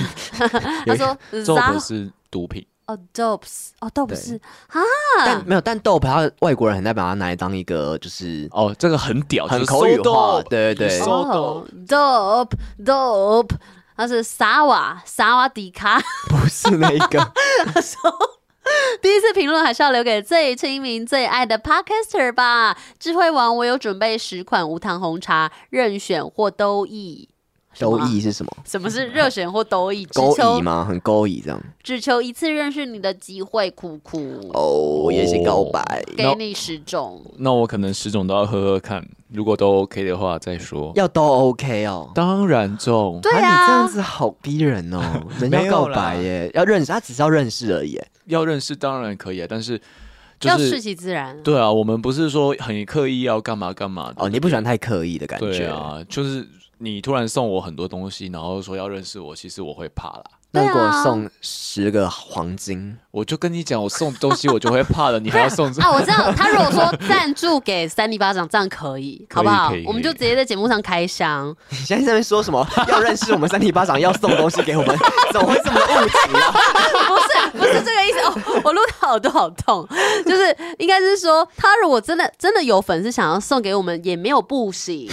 A: 他说
D: 咒不
A: za
D: 是毒品，
A: 哦 dopes 哦 dopes
C: 对
A: 啊，
C: 但没有，但豆它外国人很爱把它拿来当一个就是
D: 哦，这个很屌，
C: 很
D: 就是
C: 口语
D: so
C: 化，
D: dope
C: 对对
D: 你
C: 对
D: 说，
A: 哦 dope dope，它是萨瓦萨瓦迪卡。
C: 不是那一 个，
A: 第一次评论还是要留给最亲民、最爱的 Podcaster 吧。智慧王，我有准备十款无糖红茶，任选或都意。什
C: 勾
A: 么啊
C: 弋是什么？
A: 什么是热选或都 意？只
C: 勾
A: 求
C: 弋吗？很勾弋这样。
A: 只求一次认识你的机会，苦苦。
C: 哦，也是告白。
A: 给你十种，
D: 那我可能十种都要喝喝看，如果都 OK 的话再说。
C: 要都 OK 哦。
D: 当然中，
A: 对
C: 你这
A: 啊
C: 样，子好逼人哦，人
D: 没
C: 家
D: 有
C: 告
D: 啦
C: 白耶，要认识，他只是要认识而已耶。
D: 要认识当然可以啊，但是就
A: 要顺
D: 是
A: 其自然。
D: 对啊，我们不是说很刻意要干嘛干嘛的
C: 哦，你不喜欢太刻意的感
D: 对
C: 觉，
D: 啊，就是你突然送我很多东西，然后说要认识我，其实我会怕啦。
C: 那如
A: 对
C: 果
A: 啊
C: 送十个黄金，
D: 我就跟你讲，我送东西我就会怕了，你还 要送这
A: 啊，我知道，他如果说赞助给三里巴掌，这样可以，
D: 可
A: 好
D: 以
A: 不好
D: 可以？
A: 我们就直接在节目上开箱。
C: 你现在在那边说什么？ 要认识我们三体巴掌，要送东西给我们，怎么会这么物质啊？
A: 不是不是这个意思哦，我录的好多好痛， 就是应该是说，他如果真的真的有粉丝想要送给我们，也没有不行。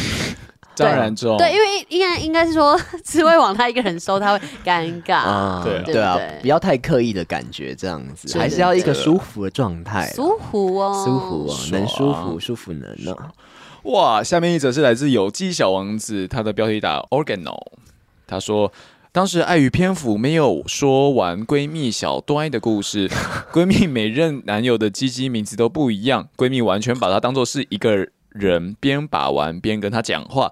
D: 张然之后，
A: 对，因为应该应该是说，刺猬网他一个人收，他会尴尬。
C: 啊，
D: 对 啊
C: 对啊
A: 对不对，
C: 不要太刻意的感觉，这样子
A: 对
C: 还是要一
D: 对
C: 个
D: 对
C: 舒服的状
D: 哎
C: 态啦，
A: 舒服哦，
C: 舒服哦，
D: 爽
C: 能舒服，舒服能哦。
D: 哇，下面一则是来自有机小王子，他的标题打 organo，他说。当时碍于篇幅没有说完闺蜜小端的故事，闺蜜每任男友的鸡鸡名字都不一样，闺蜜完全把他当做是一个人，边把玩边跟他讲话，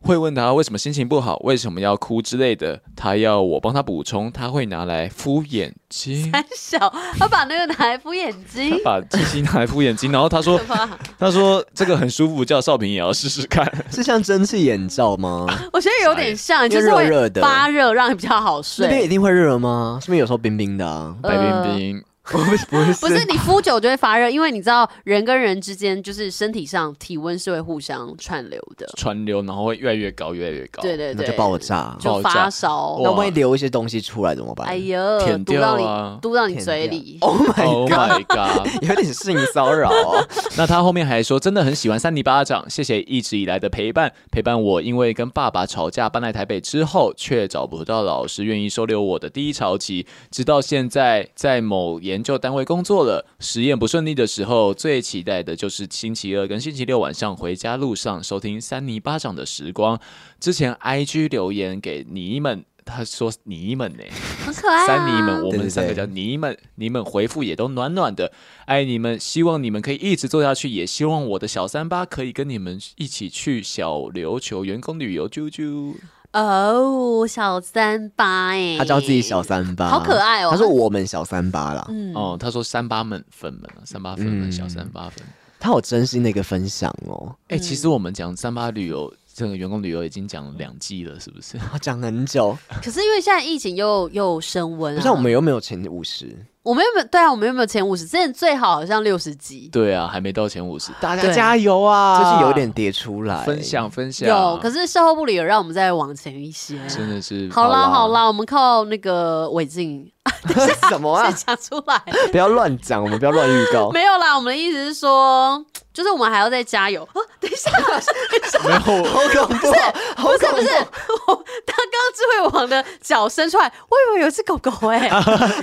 D: 会问他为什么心情不好，为什么要哭之类的，他要我帮他补充，他会拿来敷眼 睛，
A: 很小，他把那个拿来敷眼 睛，
D: 把鸡鸡拿来敷眼睛，然后他说
A: 对吧？
D: 他说这个很舒服，叫少平也要试试看。
C: 是像蒸汽眼罩吗？
A: 我觉得有点像，就是
C: 因为热
A: 会
C: 热的
A: 发热，让你比较好
C: 那边一
A: 睡。
C: 定会热吗？是不是有时候冰冰的啊？
D: 白冰冰，
C: 不是，
A: 不是你敷久就会发热，因为你知道人跟人之间就是身体上体温是会互相串流的。
D: 川流，然后会越来越高，越来越高。
A: 对对
C: 那
A: 对，
C: 就爆炸。啊
A: 就
D: 爆炸
A: 发烧。
D: 哇
C: 那万一流一些东西出来怎么办
A: 哎？呦，
D: 舔
A: 嘟
D: 掉
A: 到
D: 啊
A: 你，嘟到你
C: 舔
A: 嘴
C: 掉
A: 里。
C: ，Oh my，
D: ，Oh my god！
C: 有点性骚 扰啊！
D: 那他后面还说，真的很喜欢三里巴掌，谢谢一直以来的陪伴，陪伴我。因为跟爸爸吵架，搬来台北之后，却找不到老师愿意收留我的低潮期，直到现在在某研究单位工作了。实验不顺利的时候，最期待的就是星期二跟星期六晚上回家路上收听三尼巴掌的时光。之前 IG 留言给你们，他说 你们呢、
A: 很可爱、啊。
D: 三你们，我
C: 对
D: 们
C: 对
D: 三个
C: 对
D: 叫你们，你们回复也都暖暖的，爱你们，希望你们可以一直做下去，也希望我的小三八可以跟你们一起去小琉球员工旅游，啾啾。
A: 哦小三八哎、
C: 他叫自己小，三八，
A: 好可爱哦
C: 他说我们小三八啦，
A: 嗯，
D: 哦，他说三八们粉们啊，三八粉们，
C: 嗯
D: 小三八粉。
C: 他好真心的一个分享哦，
A: 嗯
D: 哎、其实我们讲三八旅游，这个员工旅游已经讲了两季了，是不是？
C: 他讲很久，
A: 可是因为现在疫情又又升温、啊，
C: 不像我们有没有前五十？
A: 我们有没有对啊？我们有没有前五十？之前最好好像六十集。
D: 对啊，还没到前五十，大
A: 对
D: 家加油啊！
C: 最近有点跌出来，
D: 分享分享，
A: 有，可是售后部里有让我们再往前一些。
D: 真的是
A: 好啦
C: 好啦
A: 好啦，我们靠那个违禁
C: 什 么啊
A: 先？讲出来，
C: 不要乱讲，我们不要乱预告。
A: 没有啦。我们的意思是说，就是我们还要再加油。啊等一 下，
D: 没有
C: 好恐怖！啊
A: 不是不是， 我刚刚智慧王的脚伸出来，我以为有一只狗狗哎、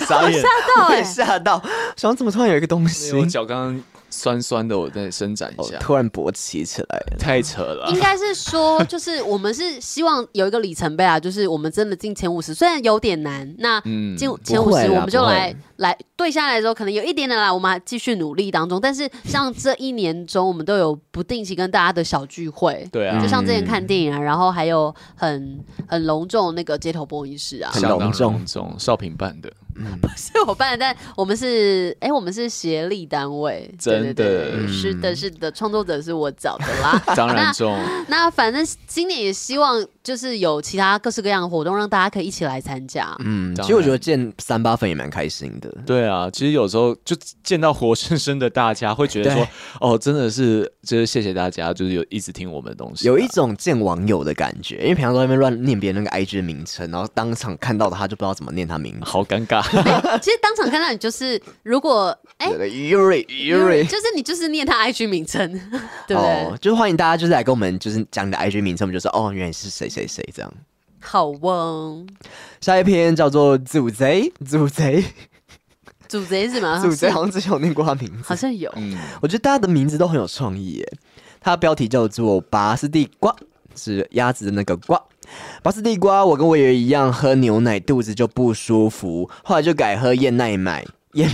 C: 傻眼，
A: 吓到
C: 我
A: 哎、
C: 啊也吓到，想怎么突然有一个东西
D: 没有，哎我脚刚刚酸酸的，我再伸展一
C: 哦
D: 下。
C: 突然勃起起来了？
D: 太扯 了
A: 应，该是说，就是我们是希望有一个里程碑啊，就是我们真的进前五十，虽然有点难，那
D: 嗯
A: 进前
C: 不
A: 五
C: 会
A: 十
C: 啦
A: 我们就
C: 不会
A: 来来对下来的时候，可能有一点点啦，我们还继续努力当中。但是像这一年中，我们都有不定期跟大家的小聚会，
D: 对啊
A: 就像之前
C: 嗯
A: 看电影啊，然后还有很很隆重那个街头播音室啊，
C: 很
D: 相当
C: 隆重
D: 隆重，少平办的，
A: 是我办的，但我们是哎、我们是协力单位，对
D: 真
A: 对对
D: 的
A: 对是
C: 嗯
A: 的，是的，创作者是我找的啦。
D: 当然重，
A: 那反正今年也希望就是有其他各式各样的活动，让大家可以一起来参加。
C: 嗯，
D: 当然
C: 其实我觉得见三八粉也蛮开心的。
D: 对啊，其实有时候就见到活生生的大家，会觉得说
C: 对，
D: 哦，真的是，就是谢谢大家，就是有一直听我们的东西啊，
C: 有一种见网友的感觉，因为平常都在那边乱念别人那个 IG 的名称，然后当场看到他就不知道怎么念他名字。
D: 好尴 尬，
A: 其实当场看到你就是，如果哎、
C: Yuri
A: 就是你就是念他 IG 名称， 对不对？
C: 哦，就是欢迎大家就是来跟我们就是讲你的 IG 名称，我们就说哦，原来是谁谁谁这样。
A: 好翁，
C: 下一篇叫做《祖贼》，祖贼，
A: 主贼啊是吗？
C: 祖贼好像之前有念过他名字，
A: 好像有，
D: 嗯，
C: 我觉得大家的名字都很有创意耶。它的标题叫做“拔丝地瓜”，是鸭子的那个瓜。拔丝地瓜，我跟我爷一样，喝牛奶肚子就不舒服，后来就改喝燕麦奶。燕，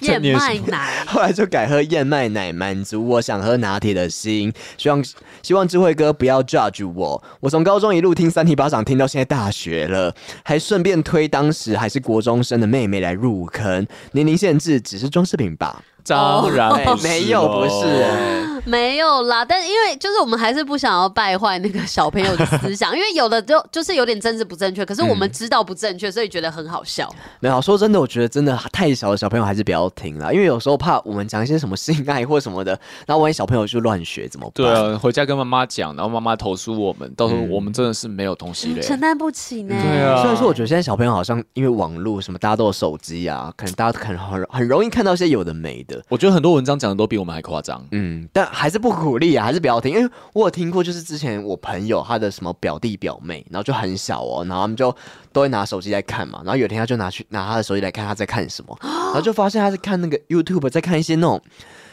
A: 燕
D: 念
A: 麦
D: 什么
A: 奶
C: 后来就改喝燕麦奶，满足我想喝拿铁的心。希望希望智慧哥不要 judge 我，我从高中一路听三体巴掌，听到现在大学了，还顺便推当时还是国中生的妹妹来入坑。年龄限制只是装饰品吧？
D: 当然不
C: 哎
D: 是
C: 没有不是
D: 哦
A: 没有啦，但因为就是我们还是不想要败坏那个小朋友的思想，因为有的就就是有点政治不正确，可是我
D: 嗯
A: 们知道不正确，所以觉得很好笑。
C: 没有，说真的，我觉得真的太小的小朋友还是不要听啦，因为有时候怕我们讲一些什么性爱或什么的，然后万一小朋友就乱学怎么办？
D: 对啊，回家跟妈妈讲，然后妈妈投诉我们，到时
C: 嗯
D: 候我们真的是没有东西嘞，
A: 承担不起呢。
D: 对啊，
C: 虽然说我觉得现在小朋友好像因为网络什么，大家都有手机啊，可能大家可能很很容易看到一些有的没的，
D: 我觉得很多文章讲的都比我们还夸张，
C: 嗯，但还是不鼓励啊，还是不要听。因为我有听过，就是之前我朋友他的什么表弟表妹，然后就很小哦，然后他们就都会拿手机来看嘛。然后有一天他就拿去拿他的手机来看他在看什么，然后就发现他在看那个 YouTube，在看一些那种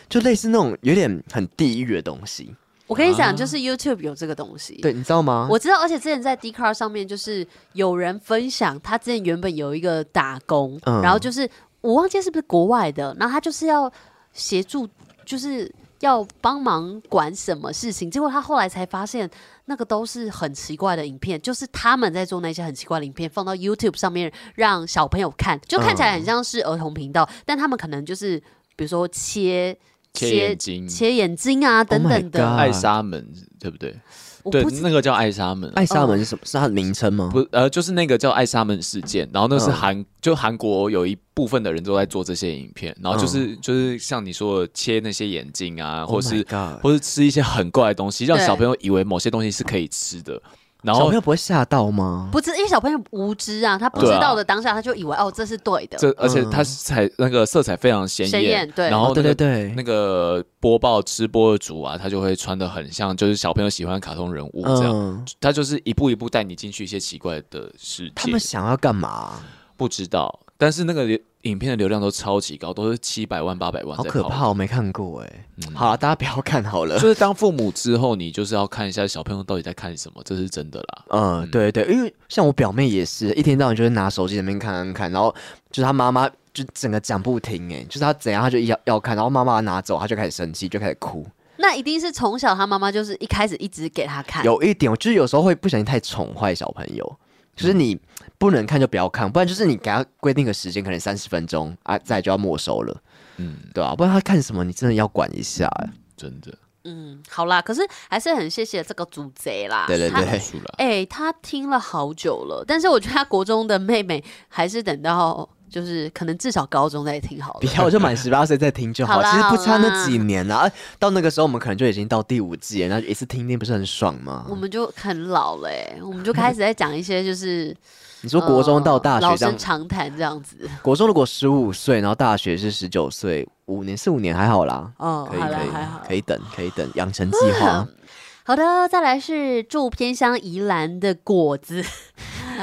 C: 就类似那种有点很地狱的东西。
A: 我跟你
D: 啊
A: 讲，就是 YouTube 有这个东西。
C: 对，你知道吗？
A: 我知道，而且之前在 d c a r 上面，就是有人分享，他之前原本有一个打工，
C: 嗯
A: 然后就是我忘记是不是国外的，然后他就是要协助，就是要帮忙管什么事情，结果他后来才发现，那个都是很奇怪的影片，就是他们在做那些很奇怪的影片，放到 YouTube 上面让小朋友看，就看起来很像是儿童频道，但他们可能就是比如说切
D: 切眼睛
A: 切眼睛啊等等的
C: Oh my god
D: 爱沙门对不对？
C: 啊
A: 我
D: 对
A: 不，知
D: 那个叫爱沙门啊，
C: 爱沙门是什么？是它的名称吗？
D: 不呃，就是那个叫爱沙门事件，然后那是
C: 嗯
D: 韩，就韩国有一部分的人都在做这些影片，然后就是、就是像你说的切那些眼睛啊，或
C: 嗯 Oh
D: 是、
C: my god
D: 或是吃一些很怪的东西，让
A: 对
D: 小朋友以为某些东西是可以吃的，然
C: 小
D: 后
C: 朋友不会吓到吗？
A: 不知，因为小朋友无知啊，他不知
D: 对啊
A: 道的当下，他就以为哦这是对的，
D: 这而且
C: 嗯
D: 它是彩那个色彩非常鲜
A: 鲜艳对
D: 然后、
C: 哦对对对，
D: 那个播报吃播主啊，他就会穿的很像，就是小朋友喜欢的卡通人物这样，
C: 嗯，
D: 他就是一步一步带你进去一些奇怪的世界。
C: 他们想要干嘛？
D: 不知道，但是那个流影片的流量都超级高，都是七百万、八百万，
C: 好可 怕，！我没看过哎。
D: 嗯
C: 好了，大家不要看好了
D: 就。是当父母之后，你就是要看一下小朋友到底在看什么，这是真的啦。
C: 嗯，对对，因为像我表妹也是一天到晚就是拿手机在那边看看看，然后就是她妈妈就整个讲不停哎，就是她怎样她就要要看，然后妈妈拿走她就开始生气，就开始哭。
A: 那一定是从小他妈妈就是一开始一直给他
D: 哎
A: 看，
C: 有一点，我就是有时候会不小心太宠坏小朋友，就是
D: 嗯
C: 你不能看就不要看，不然就是你给他规定个时间，可能三十分钟啊，再来就要没收了，
D: 嗯，
C: 对啊吧、不然他看什么你真的要管一下哎。
D: 真的，
A: 嗯，好啦，可是还是很谢谢这个主贼啦，
C: 对对
A: 他
C: 对
D: 结束了。
A: 哎、他听了好久了，但是我觉得他国中的妹妹还是等到就是可能至少高中再听好了
C: 不。要，我就满十八岁再听就
A: 好
C: 好。
A: 啦
C: 其实不
A: 好
C: 差
A: 啦
C: 那几年啦，啊到那个时候我们可能就已经到第五季了，那一次听听不是很爽吗？
A: 我们就很老了、哎，我们就开始在讲一些就是
C: 你 说国中到大
A: 呃老
C: 学这样
A: 生，常谈这样子。
C: 国中如果十五岁，然后大学是十九岁，五年四五年还好啦，
A: 哦，
C: 可以
A: 好了
C: 可，以
A: 还好，嗯
C: 可以等可以等养成计划。
A: 好的，再来是住偏乡宜兰的果子。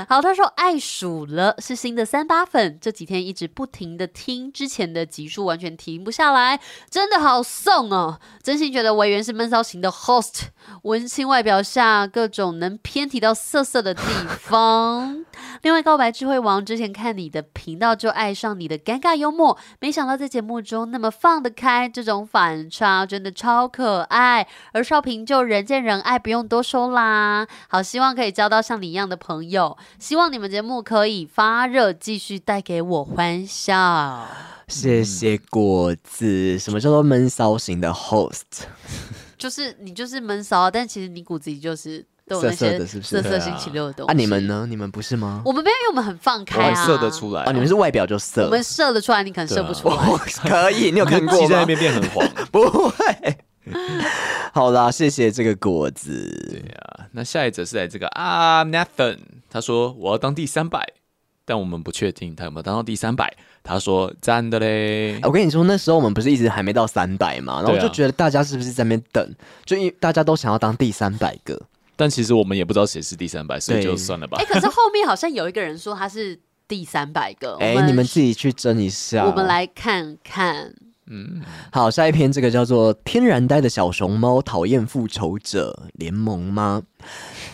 A: 好，他说爱数了，是新的三八粉，这几天一直不停的听之前的集数，完全停不下来，真的好送哦！真心觉得维园是闷骚型的 host，文青外表下各种能偏题到色色的地方。 另外，告白智慧王之前看你的频道就爱上你的尴尬幽默，没想到在节目中那么放得开，这种反差真的超可爱。而少平就人见人爱，不用多说啦。好，希望可以交到像你一样的朋友，希望你们节目可以发热，继续带给我欢笑。
C: 谢谢果子，什么叫做闷骚型的 host？
A: 就是你就是闷骚，但其实你骨子里就是都有那
C: 色色
A: 些
C: 的是不是
A: 色色
D: 对啊
A: 星期六的东西。
C: 啊，你们呢？你们不是吗？
A: 我们没有，因为我们很放
D: 我
A: 开
D: 很
A: 啊，
D: 射得出来啊、
C: 啊，你们是外表就色
A: 我，们射得出来，你可能
C: 啊
A: 射不出来。
C: 我可以，你有看过
D: 记在
C: 吗
D: 那？边变很黄。
C: 不会。 好啦，谢谢这个果子。
D: 对啊，那下一则是来这个啊，Nathan，他说我要当第三百，但我们不确定他有没有当到第三百。他说赞的嘞
C: 哎，我跟你说，那时候我们不是一直还没到三百嘛，然后我
D: 对啊
C: 就觉得大家是不是在那边等，就因为大家都想要当第三百个，
D: 但其实我们也不知道谁是第三百，所以
C: 对
D: 就算了吧
A: 哎、。可是后面好像有一个人说他是第三百个，
C: 哎、
A: 我
C: 你们自己去争一下。
A: 我们来看看。
D: 嗯，
C: 好，下一篇这个叫做《天然呆的小熊猫讨厌复仇者联盟》吗？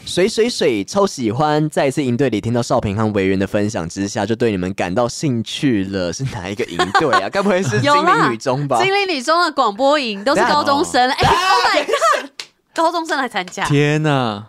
C: 水水水超喜欢，在一次营队里听到少平和维园的分享之下，就对你们感到兴趣了。是哪一个营队啊？该不会 是 精
A: 有啦
C: 灵女中吧？啊哦
A: 精灵女中的广播营都是高中生，哎、o h my god，高中生来参加。
D: 天哪！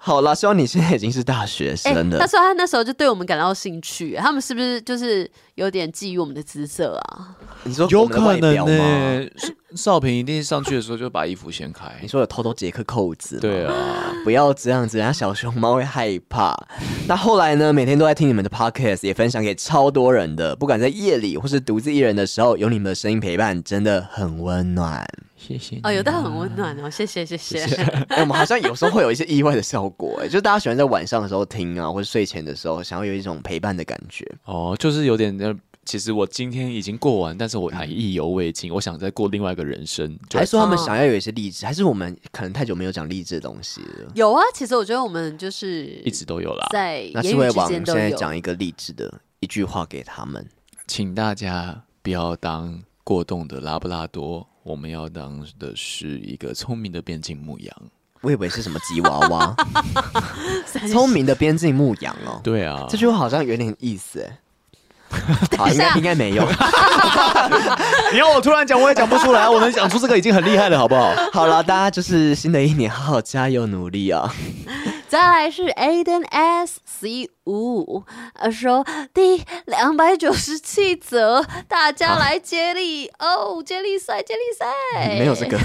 C: 好啦，希望你现在已经是大学
A: 哎、
C: 生了。
A: 他说他那时候就对我们感到兴趣，他们是不是就是有点觊觎我们的姿色啊？
C: 你说
D: 有
C: 我们的
D: 可
C: 外
D: 能欸
C: 表
D: 呢、
C: 吗？
D: 少少平一定上去的时候就把衣服掀开
C: 你。说有偷偷解开扣子吗？
D: 对啊，
C: 不要这样子，人家小熊猫会害怕。 那后来呢？每天都在听你们的 podcast，也分享给超多人的。不管在夜里或是独自一人的时候，有你们的声音陪伴，真的很温暖。
D: 谢谢你
C: 嗯
A: 哦，有的很温暖哦，谢谢谢谢。
C: 哎、我们好像有时候会有一些意外的效果、哎，就大家喜欢在晚上的时候听啊，或者睡前的时候，想要有一种陪伴的感觉。
D: 哦，就是有点呃
E: 其实我今天已经过完，但是我还意犹未尽，我想再过另外一个人生。就
C: 还是说他们
A: 哦
C: 想要有一些励志，还是我们可能太久没有讲励志的东西了？
A: 有啊，其实我觉得我们就是
E: 一直都有啦，
A: 在
C: 啊那
A: 言
C: 是会
A: 语之
C: 往
A: 间
C: 现
A: 都
C: 在
A: 有。
C: 讲一个励志的一句话给他们。
E: 请大家不要当过动的拉布拉多，我们要当的是一个聪明的边境牧羊。
C: 我以为是什么吉娃娃，聪明的边境牧羊哦。
E: 对啊，
C: 这句话好像有点意思哎。好，应该应该没有。
D: 你要我突然讲，我也讲不出来。我能讲出这个已经很厉害了，好不好？
C: 好了，大家就是新的一年好好加油努力啊！
A: 再来是 Aden S C 五五，呃，说第两百九十七则，大家来接力、哦，接力赛，接力赛，
C: 没有这个。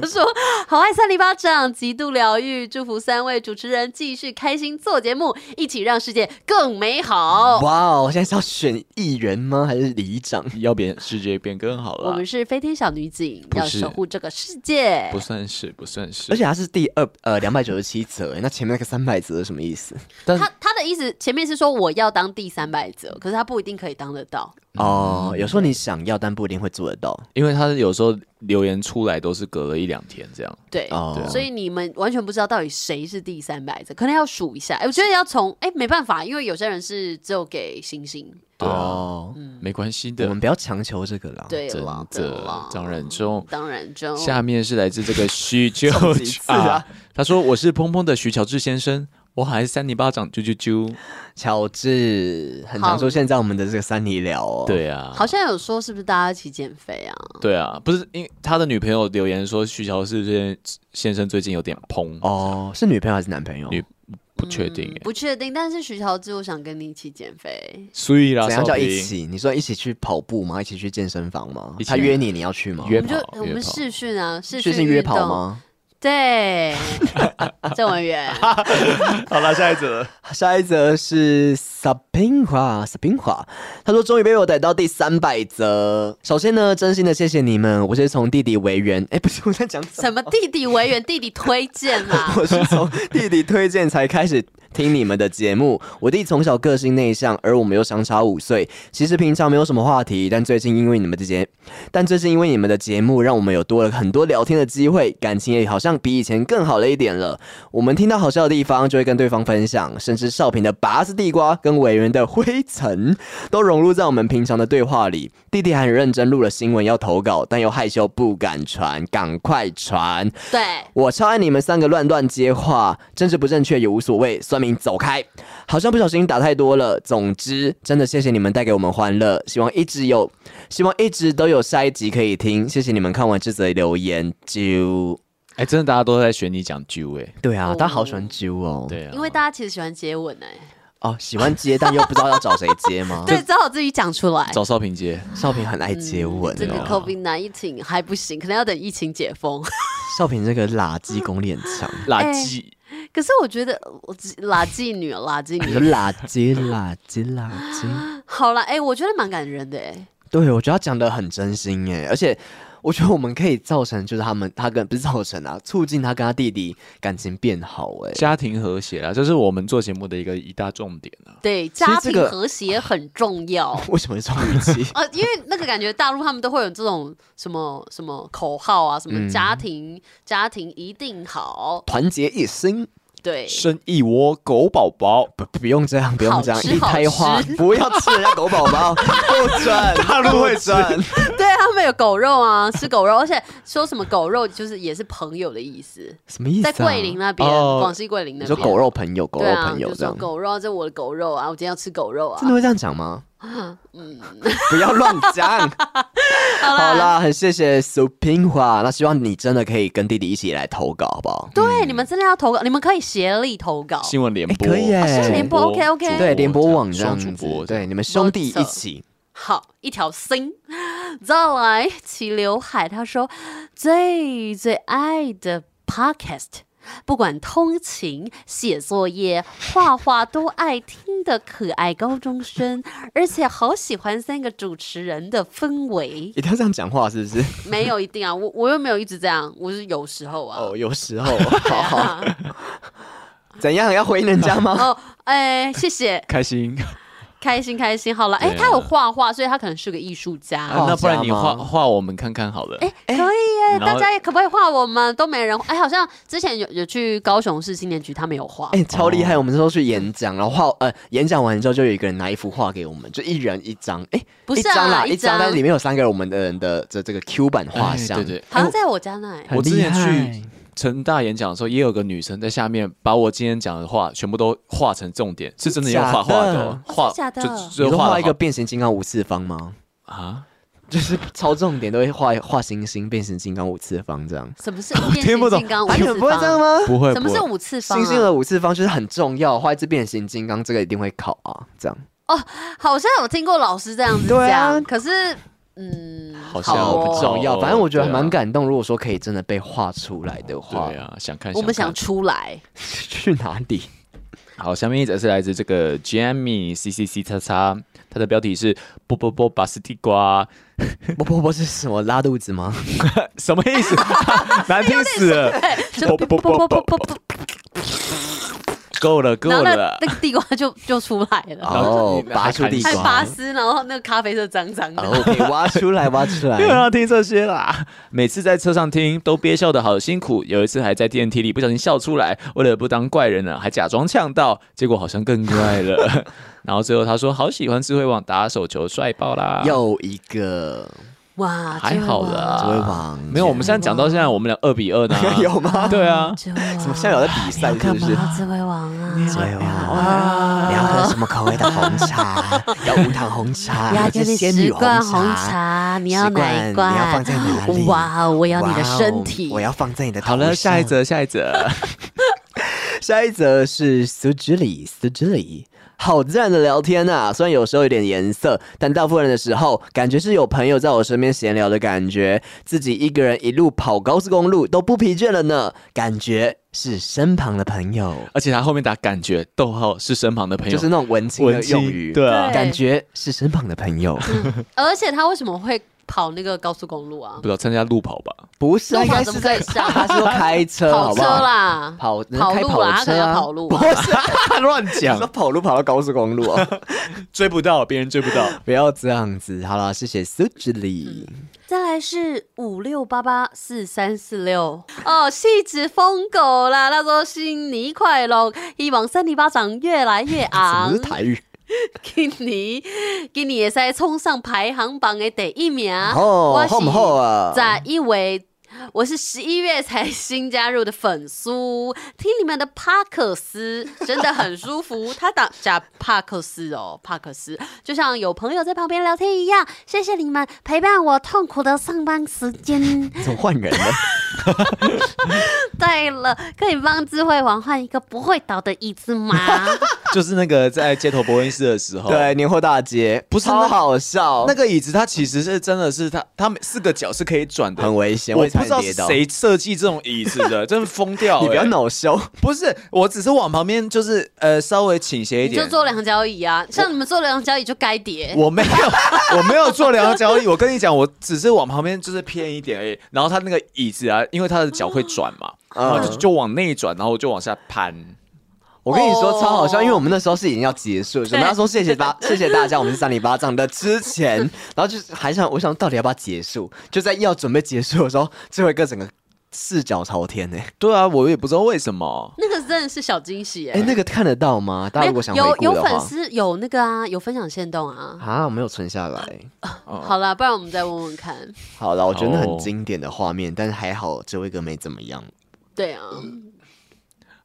A: 他说：“ 好爱三零八长，极度疗愈，祝福三位主持人继续开心做节目，一起让世界更美好。
C: 哇哦，我现在是要选议员吗？还是里长？
E: 要变世界变更好”
A: 我
E: 了
A: 们，是飞天小女警，
E: 不
A: 要
E: 是
A: 守护这个世界。
E: 不算是不算是，
C: 而且它是第二呃两百九十七则，欸那前面那个三百则是什么意思？
E: 但
A: 他他的意思前面是说我要当第三百者，可是他不一定可以当得到。
D: 嗯
C: 哦，有时候你想要，但不一定会做得到。
E: 因为他有时候留言出来都是隔了一两天这样，
A: 对，
C: 哦对啊
A: 所以你们完全不知道到底谁是第三百者，可能要数一
E: 哦
A: 下。哎，我觉得要从哎没办法，因为有些人是只有给星星。
E: 对啊
C: 哦，
D: 嗯
E: 没关系
C: 我
E: 的
C: 们。不要强求这个啦。
A: 对
E: 真
A: 了，对
E: 的
A: 了，，
E: 当然中。
A: 当然就
E: 下面是来自这个许 九
C: 送几次啊
E: 啊，他说我是砰砰的许乔治先生，我还三你巴掌啾啾啾。
C: 乔治很常出现在我们的这个三里聊哦。，
E: 对啊，
A: 好像有说是不是大家一起减肥啊？
E: 对啊，不是因为他的女朋友留言说许乔治先先生最近有点砰，
C: 哦，是女朋友还是男朋友？
E: 女不确定
A: 嗯
E: 哎，
A: 不确定。但是徐乔治，我想跟你一起减肥。
E: 所以啦，
C: 怎样叫
E: 少平
C: 一起？你说一起去跑步吗？一起去健身房吗
E: 一？起
C: 他约你，你要去吗？
E: 约
A: 我们就
E: 跑
A: 我
E: 约
A: 们
E: 跑
A: 试训啊，试
C: 去
A: 训
C: 是约跑？吗？
A: 对，郑文元，
D: 好了，下一则。
C: 下一则是 Sapinha Sapinha，他说终于被我逮到第三百则。首先呢，真心的谢谢你们，我是从弟弟为源，哎，不是我在讲什么。
A: 什么弟弟为源，弟弟推荐啦
C: 我是从弟弟推荐才开始听你们的节目。我弟从小个性内向，而我们又相差五岁，其实平常没有什么话题，但最近因为你们的节，但最近因为你们的节目，让我们有多了很多聊天的机会，感情也好像比以前更好了一点了。我们听到好笑的地方，就会跟对方分享，甚至少平的拔丝地瓜跟委员的灰尘，都融入在我们平常的对话里。弟弟还很认真录了新闻要投稿，但又害羞不敢传，赶快传。
A: 对，
C: 我超爱你们三个乱乱接话，政治不正确也无所谓，酸民走开。好像不小心打太多了，总之真的谢谢你们带给我们欢乐，希望一直有，希望一直都有下一集可以听，谢谢你们看完这则留言啾。
E: 哎，真的大家都在选你讲啾哎，
C: 对啊
A: 哦，
C: 大家好喜欢啾哦，
E: 对啊，
A: 因为大家其实喜欢接吻哎、
C: 哦，喜欢接，但又不知道要找谁 接吗？
A: 对，，只好自己讲出来。
E: 找少平接，
C: 少平很爱接吻
A: 这个
C: 哦，
A: COVID 1 9还不行，可能要等疫情解封。
C: 少平这个垃圾功力很强，
E: 垃
A: 哎
E: 圾
A: 可是我觉得我只垃圾女，啊垃圾
C: 你说
A: 女，
C: 垃圾垃圾垃圾。
A: 好啦，哎、我觉得蛮感人的哎、
C: 对，我觉得他讲的很真心耶，而且我觉得我们可以造成，就是他们他跟不是造成啊，促进他跟他弟弟感情变好哎。
E: 家庭和谐啦，这是我们做节目的一个一大重点啊。
A: 对，
C: 实
A: 家庭
C: 这个
A: 和谐很重要。？
C: 哦为什么是这种语气
A: 呃，因为那个感觉大陆他们都会有这种什么什么口号啊，什么
C: 嗯
A: 家庭、家庭一定好，
C: 团结一心，哎
A: 对，
E: 生一窝狗宝宝，
C: 不不用这样，不用这样
A: 好，吃
C: 一胎化
A: 好吃，
C: 不要吃人家狗宝 宝，不准，大陆会准。
A: 对他们有狗肉啊，吃狗肉，而且说什么狗肉就是也是朋友的意思，
C: 什么意思、
A: 在
C: 啊？
A: 桂林那边，
E: 哦
A: 广西桂林那
C: 你
A: 边，
C: 说狗肉朋友，狗
A: 对
C: 肉
A: 啊
C: 朋友
A: 就
C: 这
A: 说
C: 样，
A: 狗肉啊，这我的狗肉啊，我今天要吃狗肉啊
C: 真，的会这样 讲吗？
A: 嗯
C: 不要乱讲。好啦，很谢谢苏平华，那希望你真的可以跟弟弟一起来投稿，好不好？
A: 对，你们真的要投稿，你们可以协力投稿，
E: 新闻联播，
C: 可以耶哦新闻
A: 联播 OK，OK
E: 主
C: 对，联播网这
E: 双
C: 样
E: 主
C: 子，
E: 播，
C: 对，你们兄弟
A: 哎没
C: 一
A: 错
C: 起，
A: 好，一条心。 再来，齐刘海他说最最爱的 podcast，不管通勤、写作业、画画都爱听的可爱高中生，而且好喜欢三个主持人的氛围。
C: 一定要这样讲话是不是？
A: 没有一定啊，我我又没有一直这样，我是有时候啊。
C: 哦，有时候， 好好，
A: 啊
C: 怎样要回应人家吗？
A: 哦哦，哎，谢谢。
E: 开心。
A: 开心开心。好了，哎，
D: 对啊
A: 他有画画，所以他可能是个艺术家。
D: 啊那不然你
C: 画
D: 画
C: 家吗
D: 画我们看看好了。
A: 哎、可以耶！
D: 然
A: 大
D: 后
A: 家也可不可以画我们？都没人画哎、好像之前有有去高雄市青年局，他们有画。
C: 哎、超厉害！我们那时候去演讲，然后画呃，演讲完之后就有一个人拿一幅画给我们，就一人一张，哎、
A: 不
C: 一
A: 是啊
C: 张啦，
A: 一
C: 一张，
A: 张
C: 但是里面有三个我们的人的这这个 Q 版画
D: 哎
C: 像、
D: 对对，
A: 好像在我家那、哎
C: 很
D: 我之
C: 厉
D: 前
C: 害
D: 去成大演讲的时候，也有个女生在下面把我今天讲的话全部都画成重点，是真的用画画的哦，
A: 假的哦真的假的
D: 画就
C: 你
D: 就
C: 说
D: 画
C: 画
D: 得
C: 一个
D: 好
C: 变形金刚五次方 吗？
D: 啊，
C: 就是超重点都会画画星星，变形金刚五次方这样。
A: 什么是变
F: 不
A: 形
F: 懂
A: 金刚五
C: 哎你
A: 次
C: 们不会这样
A: 方？
C: 吗？
F: 不会
A: 什
F: 不
A: 么是
F: 会，
A: 五次方、
C: 星星
A: 啊？
C: 的五次方就是很重要，画一只变形金刚，这个一定会考啊。这样
A: 好像有听过老师这样子
C: 对
A: 讲，
C: 啊
A: 可是嗯，
D: 好像
A: 哦
D: 不
C: 不
D: 知道
C: 重要，反正我觉得还
D: 对
C: 蛮
D: 啊
C: 感动。如果说可以真的被画出来的话，
D: 对啊，想看
A: 我们想
D: 看
A: 出来，
C: 去哪 里？
D: 好，下面一则是来自这个 Jamie C C C 叉叉，它的标题是“波波波拔丝地瓜
C: 我婆婆是什么拉肚子 吗？”，
D: 什么意思？ 难听死了，
A: 对，就
D: 不不不不不
A: 不，
D: 够了够
A: 然后那
D: 了，哎
A: 那个地瓜就就出来了，
C: 哦，拔出地
A: 还有拔
C: 瓜，
A: 丝，然后那个咖啡色脏脏的，
C: 哦，给 挖出来，挖出来
D: 没。有要听这些啦。每次在车上听都憋笑的好辛苦，有一次还在电梯里不小心笑出来，为了不当怪人啊呢，还假装呛到，结果好像更怪了。然后最后他说好喜欢智慧网打手球，帅爆啦！
C: 又一个
A: 哇，
D: 还好
C: 只
D: 啦
C: 会王，，
D: 没有？我们现在讲到现在，我们俩二比二呢
C: 有吗？
D: 对啊，
A: 智慧王，
C: 怎么现在有在比赛是不是？
A: 智慧王啊，
C: 只会王，你要喝什么口味的红茶？ 要无糖红茶，
A: 我要
C: 还
A: 给
C: 是
A: 你
C: 仙
A: 十
C: 女
A: 罐红
C: 茶？
A: 茶，你要哪一
C: 十罐
A: 罐？
C: 你要放在哪里
A: 哇，哦我要你的身体。
C: 哇哦我要放在你的头
D: 好了，下一
C: 上
D: 则，下一则。
C: 下一则是苏之里，苏之里。好自然的聊天呐、虽然有时候有点颜色，但大部分的时候感觉是有朋友在我身边闲聊的感觉，自己一个人一路跑高速公路都不疲倦了呢，感觉是身旁的朋友，
D: 而且他后面打感觉逗号是身旁的朋友，
C: 就是那种文青
D: 文
C: 的用
D: 青，
C: 语，
D: 对啊，
A: 对
C: 感觉是身旁的朋友，
A: 而且他为什么会跑那个高速公路啊
D: 不？知道参加路跑吧？
C: 不是啊，
A: 路
C: 应
A: 跑
C: 该
A: 怎
C: 是
A: 么
C: 在
A: 可以上
C: 他是说开 车，
A: 跑
C: 好不
A: 车
C: 好？
A: 啦，
C: 跑人
A: 跑
C: 开
A: 路啦，他可
C: 车
A: 能要
C: 啊
A: 跑路
C: 不
A: 啊。
C: 是乱
D: 讲
C: 说跑路跑到高速公路、哦。
D: 追不到，别人追不到。
C: 不要这样子，好了，谢谢苏之礼。
A: 再来是五六八八四三四六哦，戏子疯狗啦！那时候新年快乐，希望三零巴掌越来越
C: 什么
A: 昂
C: 是。台语？
A: 今年今年也在冲上排行榜的第一名。啊
C: 哦
A: 我，是
C: 好不好啊？
A: 在一位。我是十一月才新加入的粉丝，听你们的帕克斯真的很舒服。他打加帕克斯哦，帕克斯就像有朋友在旁边聊天一样。谢谢你们陪伴我痛苦的上班时间。
C: 怎么换人了？
A: 对了，可以帮智慧王换一个不会倒的椅子吗？
F: 就是那个在街头播音室的时
D: 哦
F: 候，
C: 对，年货大街不
F: 是
C: 超
F: 那
C: 好笑，
F: 那个椅子它其实是真的是它，它每四个角是可以转的，
C: 很危险，
F: 我
C: 也差
F: 不知道
C: 点
F: 是
C: 跌倒。
F: 谁设计这种椅子 的，真的疯掉、
C: 你不要
F: 欸
C: 恼羞，
F: 不是，我只是往旁边就是呃稍微倾斜一
A: 你就
F: 点。
A: 做两交椅啊，像你们做两交椅就该叠。
F: 我没有， 我没有做两个交易。我跟你讲，我只是往旁边就是偏一点而已。然后他那个椅子啊，因为他的脚会转嘛，然后就
C: 嗯
F: 就往内转，然后我就往下攀。
C: 我跟你说超好笑，
A: 哦
C: 因为我们那时候是已经要结束了，准备要说谢谢大谢谢大家，我们是三里八丈的之前，然后就是还想我想到底要不要结束，就在要准备结束的时候，最后一个整个四脚朝天欸呢、
F: 对啊，我也不知道为什么。
A: 那个真的是小惊喜耶、
C: 哎、那个看得到吗？大家如果想
A: 没有
C: 回
A: 有
C: 顾
A: 有
C: 的
A: 粉
C: 话，
A: 丝有那个啊，有分享限动啊。
C: 啊，没有存下来。嗯
A: 好啦，不然我们再问问看。
C: 好了，我觉得那
D: 哦
C: 很经典的画面，但是还好这位哥没怎么样。
A: 对啊，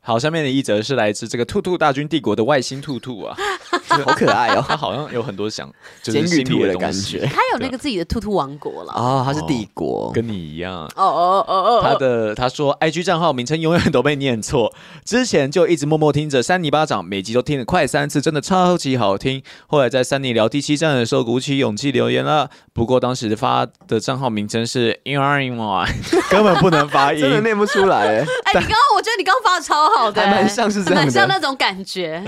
D: 好，下面的一则是来自这个兔兔大军帝国的外星兔兔啊，
C: 好可爱哦、
D: 他好像有很多想 就是
C: 监狱
D: 心里
C: 兔的
D: 东
C: 感
D: 西
C: 觉，
A: 他有那个自己的兔兔王国了。
C: 啊，他是帝国，
D: 跟你一样。
A: 哦哦哦
D: 他
A: 哦哦，
D: 的他说，IG 账号名称永远都被念错。之前就一直默默听着三尼巴掌，每集都听了快三次，真的超级好听。后来在三尼聊第七站的时候，鼓起勇气留言了。不过当时发的账号名称是 i n r i n e 根本不能发音
C: 真。的念不出来、 欸。
A: 哎、你刚刚我觉得你刚刚发的超好的、
C: 还蛮像是这样的
A: 蛮像那种感觉。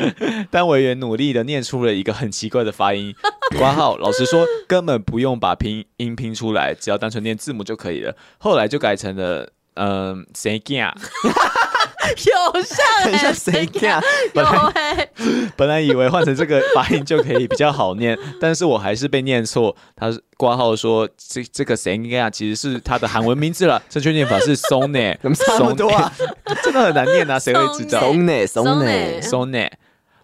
D: 但我也努力的念出了一个很奇怪的发音。挂号，老实说，根本不用把拼音拼出来，只要单纯念字母就可以了。后来就改成了，嗯、呃，谁 g
A: 有像
C: 很
A: 哎、
C: 像谁 啊呀？
A: 有哎、
D: 本来以为换成这个发音就可以比较好念，但是我还是被念错。他是挂号说这这个 s e n g a 其实是他的韩文名字了，正确念法是 Sone，
C: 怎么差那么多啊？
D: 真的很难念啊，谁会知道
C: 怂呢，怂
A: 怂
C: 呢，
A: 呢
D: Sone？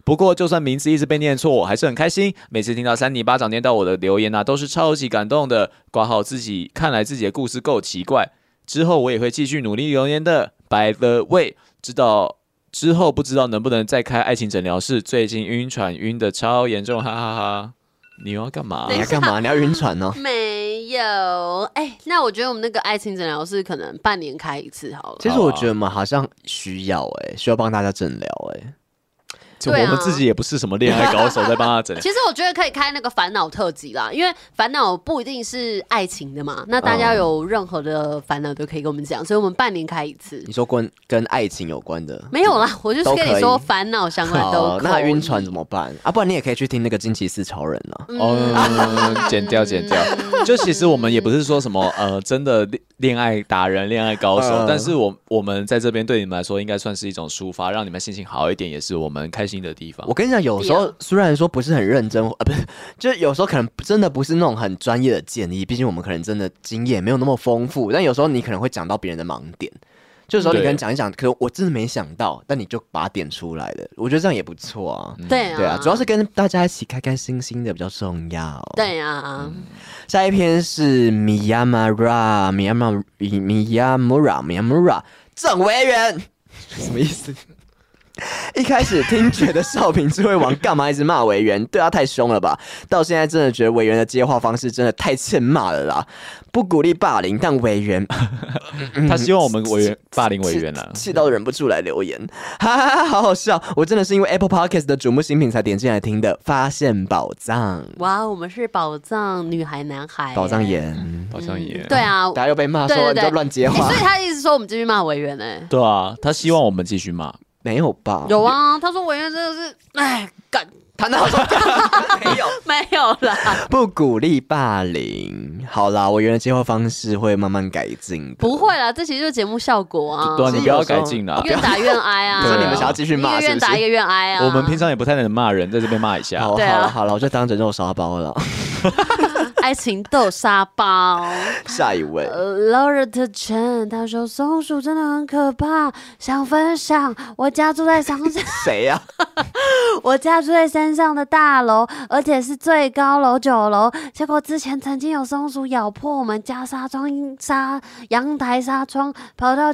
D: 不过就算名字一直被念错，我还是很开心。每次听到三尼巴掌念到我的留言啊，都是超级感动的。挂号自己看来自己的故事够奇怪，之后我也会继续努力留言的。By the way，知道。之后不知道能不能再开爱情诊疗室，最近晕船晕的超严重，哈哈哈你又要干嘛
A: 等
C: 你
A: 一？
C: 要干嘛？你要晕船 哦？
A: 没有哎、那我觉得我们那个爱情诊疗室可能半年开一次好了。
C: 其实我觉得嘛，好像需要哎，需要帮大家诊疗哎。
D: 就
A: 对
D: 我
A: 啊
D: 们自己也不是什么恋爱高手，在帮他诊。
A: 其实我觉得可以开那个烦恼特辑啦，因为烦恼不一定是爱情的嘛。那大家有任何的烦恼都可以跟我们讲，所以我们半年开一次
C: 你。说跟跟爱情有关的？
A: 没有啦，我就是
C: 嗯都
A: 跟你
C: 可以
A: 说烦恼相关都
C: 好，那
A: 可以
C: 晕船怎么办啊？不然你也可以去听那个惊奇四超人啊。
D: 哦，剪掉，剪掉。就其实我们也不是说什么呃，真的恋恋爱达人、恋爱高手，
C: 嗯
D: 但是我我们在这边对你们来说，应该算是一种抒发，让你们心情好一点，也是我们开心的地方
C: 我。跟你讲，有时
A: 哦
C: 候虽然说不是很认真，呃，不是，就是有时候可能真的不是那种很专业的建议，毕竟我们可能真的经验没有那么丰富。但有时候你可能会讲到别人的盲点，就是说你
D: 对
C: 可能讲一讲，可能我真的没想到，但你就把它点出来了，我觉得这样也不错啊。
A: 对啊，
C: 对啊，主要是跟大家一起开开心心的比较重要。，
A: 对啊，
C: 嗯下一篇是 Miyamura Miyamura Miyamura Miyamura 郑维元，什么意思？ 一开始听觉得少平智慧王干嘛一直骂委员，对他啊太凶了吧？到现在真的觉得委员的接话方式真的太欠骂了啦！不鼓励霸凌，但委员
D: 他希望我们委员霸凌委员啊了、
C: 气气到忍不住来留言，哈哈哈，好好笑！我真的是因为 Apple Podcast 的瞩目新品才点进来听的，发现宝藏，
A: 哇，我们是宝藏女孩男孩，
C: 宝藏眼，
D: 好像也、
A: 嗯对啊，
C: 大家又被骂
A: 对
C: 说
A: 对
C: 你
A: 对
C: 在乱接
A: 欸
C: 话
A: 所以，他一直说我们继续骂委员呢。
D: 对啊，他希望我们继续骂。
C: 没有吧？
A: 有啊，他说委员真的是，哎，干
C: 他那时候没有，
A: 没有啦，
C: 不鼓励霸凌。好啦，我原来接话方式会慢慢改进的。
A: 不会啦，这其实就是节目效果啊。
D: 对啊，
C: 是
D: 你不要
C: 有时
D: 改
C: 候
D: 进啦。
A: 越打越挨 啊！
D: 对啊所以你们想
C: 要继续骂
A: 一个
C: 是
A: 愿
C: 不是
A: 打一个愿挨啊！
D: 我们平常也不太能骂人，在这边骂一下。
C: 好，好
A: 对啊
C: 了好了，我就当成肉沙包 了。
A: 爱情豆沙包。
C: 下一位，
A: 呃，Laura 的 Chen，他说松鼠真的很可怕，想分享。我家住在山上，
C: 谁啊呀、
A: 我家住在山上的大楼，而且是最高楼九楼。结果之前曾经有松鼠咬破我们家纱窗纱阳台纱窗，跑到。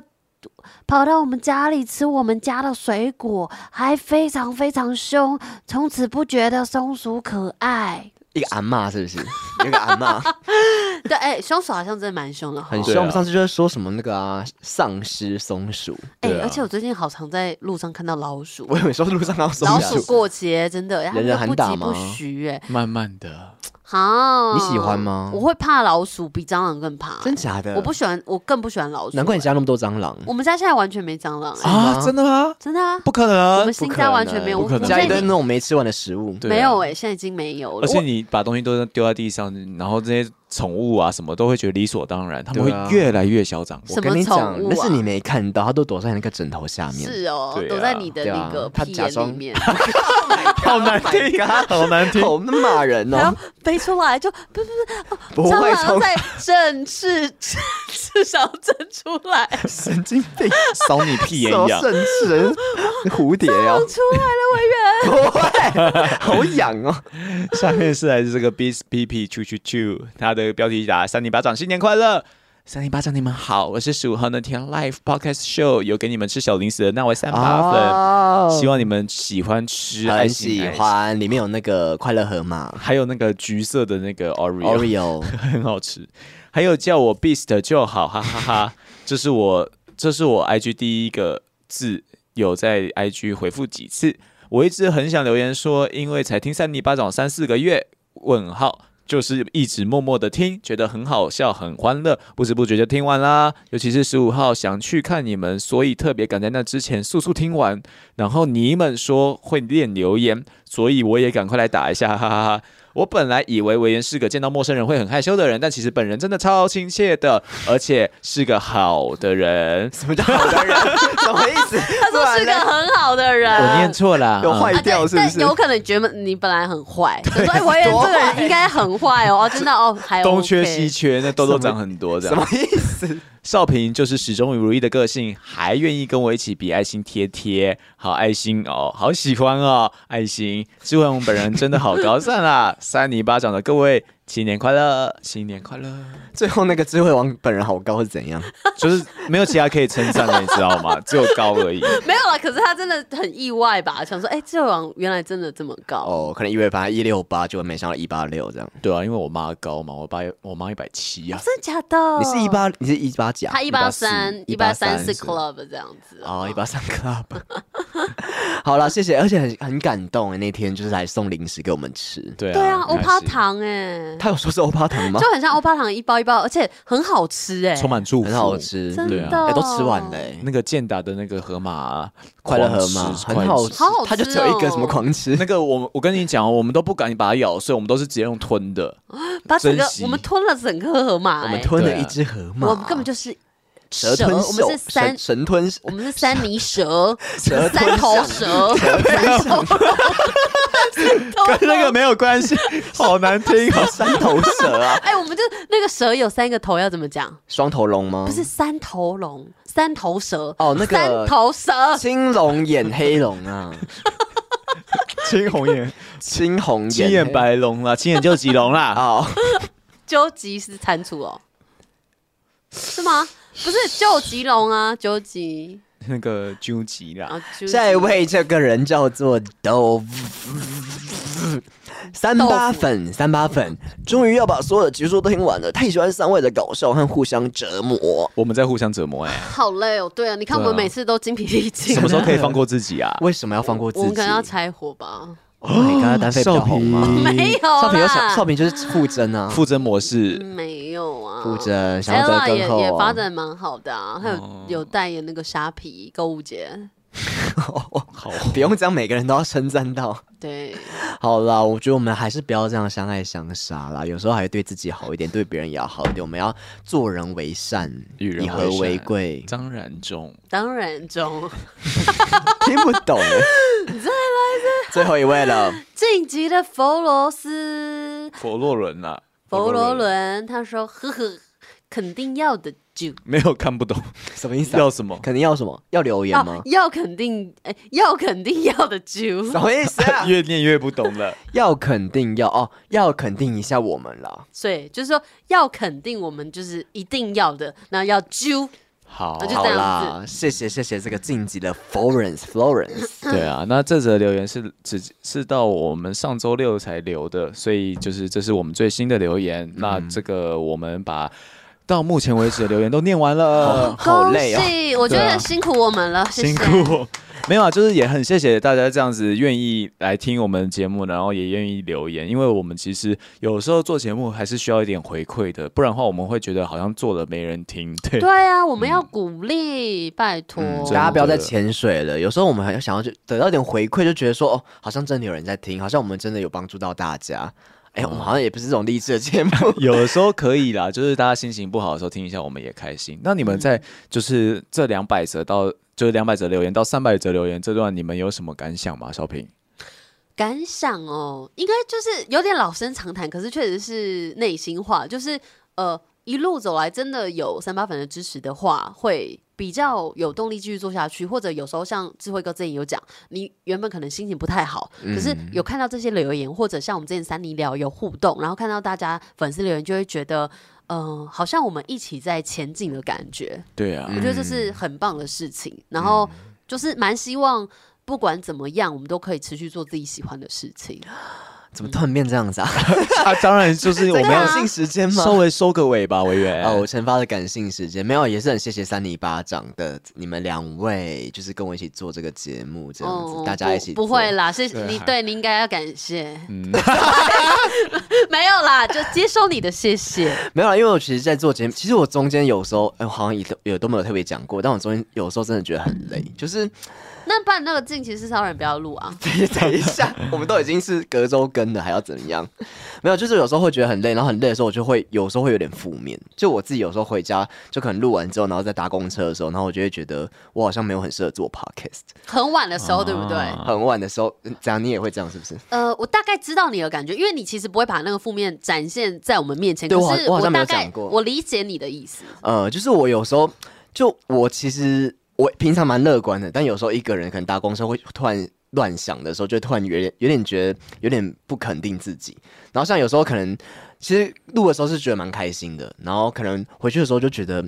A: 跑到我们家里吃我们家的水果，还非常非常凶，从此不觉得松鼠可爱。
C: 一个阿嬷是不是？有个阿 嬷
A: 对，哎、凶手好像真的蛮凶的哈，
C: 很
D: 对啊
C: 凶，我们上次就是说什么那个啊，丧尸松鼠。
A: 哎、
D: 对啊
A: 而且我最近好常在路上看到老鼠，
C: 我以为说路上还有松
A: 老
C: 鼠
A: 鼠，过节真的，哎他们
C: 人
A: 都
C: 人
A: 不
C: 喊打
A: 急不
C: 吗
A: 徐哎、
D: 慢慢的，
A: 好，
C: 你喜欢吗
A: 我会怕老鼠，比蟑螂更怕、
C: 真假
D: 嗯
C: 的？
A: 我不，喜欢，我更不喜欢老鼠、
C: 难怪你
A: 哎
C: 家那么多蟑螂。
A: 我们家现在完全没蟑螂、哎，
D: 啊，真的吗？
A: 真的啊，
D: 不可
A: 我
D: 能
A: 们，新
C: 不可
A: 家完
C: 能
A: 全没有，
D: 不
A: 我
D: 可
A: 我
D: 能
A: 现
C: 家
A: 在
C: 一
A: 已
C: 堆
A: 经
C: 那种没吃完的食物。
D: 对啊
A: 没有哎、现在已经没有了。
D: 而且
A: 我
D: 你把东西都丢在地上，然后这些宠物啊什么都会觉得理所当然，他们
C: 对啊
D: 会越来越嚣 张。
A: 什
C: 我
A: 么
C: 跟你讲
A: 宠物，啊
C: 那是你没看到，它都躲在那个枕头下面。
A: 是哦、
D: 对啊
A: 躲在你的
C: 对
A: 那
C: 啊
A: 个
C: 他
A: 屁
C: 假
A: 眼里
C: 装
A: 面，
D: 好难听啊， 好难听。
C: Oh 好骂人
A: 然
C: 哦
A: 后！飞出来就不不
C: 不
A: 蟑
C: 会
A: 螂
C: 从
A: 在正翅翅上挣出来，
C: 神经病，
D: 扫你屁眼
C: 什么
D: 痒，
C: 甚至 蝴蝶 呀、
A: 出来了，委员。
C: 不会， 好痒哦！
D: 下面是来自这个 b s p p 啾啾啾，他的标题打三零巴掌，新年快乐！三零巴掌，你们好，我是十五号那天 Live Podcast Show 有给你们吃小零食的那位三八粉，希望你们喜欢吃，爱
C: 哦很
D: 心
C: 喜，
D: 爱心
C: 欢，里面有那个快乐河马
D: 还有那个橘色的那个 Oreo。
C: Oreo，
D: 很好吃。还有叫我 Beast 就好，哈哈哈这是我这是我 IG 第一个字有在 IG 回复几次。我一直很想留言说，因为才听三尼巴掌三四个月，问号。就是一直默默的听，觉得很好笑，很欢乐，不知不觉就听完啦。尤其是十五号想去看你们，所以特别赶在那之前速速听完。然后你们说会练留言，所以我也赶快来打一下，哈哈哈。我本来以为维园是个见到陌生人会很害羞的人，但其实本人真的超亲切的，而且是个好的 人。
C: 什么叫好 的人？什么意思？
A: 他说是个很好的人。
D: 我念错啦，
C: 有
D: 嗯
C: 坏
A: 啊，对
C: 掉是不
A: 但
C: 是
A: 有可能觉得你本来很坏，就说哎，我以为这个人应该很坏哦，哦真的哦，还 OK
D: 东缺西缺，那痘痘长很多这
C: 什
D: 样。
C: 么意思？
D: 少平就是始终如一的个性，还愿意跟我一起比爱心贴贴，好爱心哦，好喜欢哦，爱心。志文本人真的好高赞 啦！三尼巴掌的各位，新年快乐，新年快乐！
C: 最后那个智慧王本人好高是怎样？
D: 就是没有其他可以称赞的，你知道吗？只有高而已。
A: 没有啊，可是他真的很意外吧？想说，哎、这王原来真的这么高，
C: 哦，可能一百八一六八，就没想到一八六这样。
D: 对啊，因为我妈高嘛，我爸我妈一百七 啊。
A: 真的假的？
C: 你是一，八，你是一八几啊？
A: 哦他一八三，一八三是
D: 184
A: club 这样子
C: 哦，一八三 club。好了，谢谢，而且很很感动诶，欸那天就是来送零食给我们吃。
D: 对啊，
A: 对啊，
D: 很
A: 欧
D: 开
A: 巴
D: 心，
A: 糖哎、
C: 他有说是欧巴糖吗？
A: 就很像欧巴糖一包一包，而且很好吃哎、
D: 充满祝福，
C: 很好。吃，
A: 真
D: 对
A: 的、
D: 啊
C: 哎都吃完了诶。
D: 那个健达的那个河马啊
C: 快乐河马
D: 狂吃
C: 很好
D: 快
C: 吃，
A: 好好吃哦
C: 它就只有一个什么狂吃
D: 那，个我我跟你讲哦，我们都不敢把它咬碎，我们都是直接用吞 的。
A: 把整个
D: 珍惜
A: 我们吞了整颗河马、
C: 我
A: 哎
C: 们吞了
D: 对啊
C: 一只河马，
A: 我们根本就是
C: 蛇吞
A: 我们是
C: 兽，
A: 三
C: 神，神吞
A: 我们是三泥蛇，
C: 蛇
A: 三头蛇，
D: 跟那个没有关系，好难听哦。
C: 三头蛇啊，
A: 哎、我们就那个蛇有三个头，要怎么讲？
C: 双头龙吗？
A: 不是 三头龙，三头蛇
C: 哦那个
A: 三头蛇，
C: 青龙眼黑龙 啊，
D: 青红眼，
C: 青红眼
D: 青眼白龙 啦，青眼就吉龙啦。
C: 哦，
A: 究极是蟾蜍哦，是吗？不是究极龙啊，究极
D: 那个究极啦，
A: 啊，究极
C: 下一位这个人叫做豆腐。三八粉，三八粉，终于要把所有的集数都听完了。太喜欢三位的搞笑和互相折磨。
D: 我们在互相折磨 哎，
A: 好累哦。对啊，你看我
D: 对啊
A: 们每次都精疲力尽，
D: 什么时候可以放过自 己啊？
C: 为什么要放过自己？哦
A: 我们可能要柴火吧？
C: 你刚刚单飞比较红吗？
A: 没有啦，
C: 嗯少平有想，少平就是傅征啊，
D: 傅征模式，
A: 没有啊，
C: 傅征想要得
A: Ella 也
C: 更后
A: 也发
C: 啊。哦
A: 展蛮好的啊，还有有代言那个虾皮购物节，
D: 好，
C: 不用这样，每个人都要称赞到。
A: 对，
C: 好啦，我觉得我们还是不要这样相爱相杀啦。有时候还是对自己好一点，对别人也要好一点。我们要做人为善，
D: 与人
C: 以和
D: 为
C: 为
D: 善
C: 贵。
D: 张然中，
A: 当然中
C: 听不懂。你再来再最后一位了，
A: 晋级的佛罗斯。
D: 佛洛伦啊啦，
A: 佛罗伦他说：“呵呵，肯定要的就
D: 没有看不 懂
C: 什么意思、啊？
D: 要什么，？
C: 肯定要什么？要留言
A: 啊
C: 吗？，
A: 要肯定，哎，要肯定要的就
C: 什么意思、啊
D: 越念越不懂了。
C: 要肯定要哦，要肯定一下我们啦。
A: 对，就是说要肯定我们就是一定要的，那要就
D: 好
A: 哦那就
C: 好
A: 这样
C: 啦，谢谢谢谢这个晋级的 Florence Florence，
D: 对啊， 那这则留言是只是到我们上周六才留的，所以就是这是我们最新的留言。那这个我们把到目前为止的留言都念完 了，
C: 好累哦
A: 呃恭。喜，我觉
D: 对啊
A: 得辛苦我们了，谢谢
D: 辛。 苦。没有啊，就是也很谢谢大家这样子愿意来听我们节目，然后也愿意留言，因为我们其实有时候做节目还是需要一点回馈的，不然的话我们会觉得好像做了没人听。对，
A: 对啊，我们要鼓励，拜托。
D: 嗯
C: 大家不要再潜水了。有时候我们还想要就得到点回馈，就觉得说哦，好像真的有人在听，好像我们真的有帮助到大家。哎、我们好像也不是这种励志的 节目。
D: 有的时候可以啦，就是大家心情不好的时候听一下，我们也开心。那你们在就是这两百则到就是两百则留言到三百则留言这段，你们有什么感想吗？小平，
A: 感想哦，应该就是有点老生常谈，可是确实是内心话，就是呃，一路走来真的有三八粉的支持的话，会比较有动力继续做下去。或者有时候像智慧哥之前有讲，你原本可能心情不太好，可是有看到这些留言，或者像我们之前三尼聊有互动，然后看到大家粉丝留言，就会觉得。嗯、好像我们一起在前进的感觉，
D: 对啊，
A: 我觉得这
C: 嗯
A: 是很棒的事情。然后就是蛮希望，不管怎么样，我们都可以持续做自己喜欢的事情。
C: 怎么突然变这样子啊？
D: 啊，当然就是我们
A: 啊
C: 感
D: 要
C: 性时间吗？
D: 稍微收个尾吧，委员。
C: 哦，我惩罚的感性时间没有，也是很谢谢三里巴掌的你们两位，就是跟我一起做这个节目，这样子、
A: 哦
C: 大家一起
A: 不
C: 做嗯
A: 不会，啦，是
D: 对啊
A: 你对你应该要感谢。 没有啦，就接受你的谢谢。
C: 没有啦，因为我其实，在做节目，其实我中间有时候，哎、我好像也都也都没有特别讲过，但我中间有时候真的觉得很累，就是
A: 那把你那个近期是骚扰人不要录啊，
C: 等一下，我们都已经是隔周更了，还要怎样？没有，就是有时候会觉得很累，然后很累的时候，我就会有时候会有点负面。就我自己有时候回家，就可能录完之后，然后在搭公车的时候，然后我就会觉得我好像没有很适合做 podcast。
A: 很晚的时候，对不对？
C: 很晚的时候，嗯这样你也会这样是不是？
A: 呃，我大概知道你的感觉，因为你其实不会把那个负面展现在我们面前。
C: 对
A: 可
C: 我好
A: 是
C: 我好像没
A: 大
C: 有
A: 概
C: 讲过
A: 我理解你的意思。
C: 呃，就是我有时候就我其实我平常蛮乐观的，但有时候一个人可能搭公车会突然乱想的时候，就会突然有点有点觉得有点不肯定自己。然后像有时候可能其实录的时候是觉得蛮开心的，然后可能回去的时候就觉得。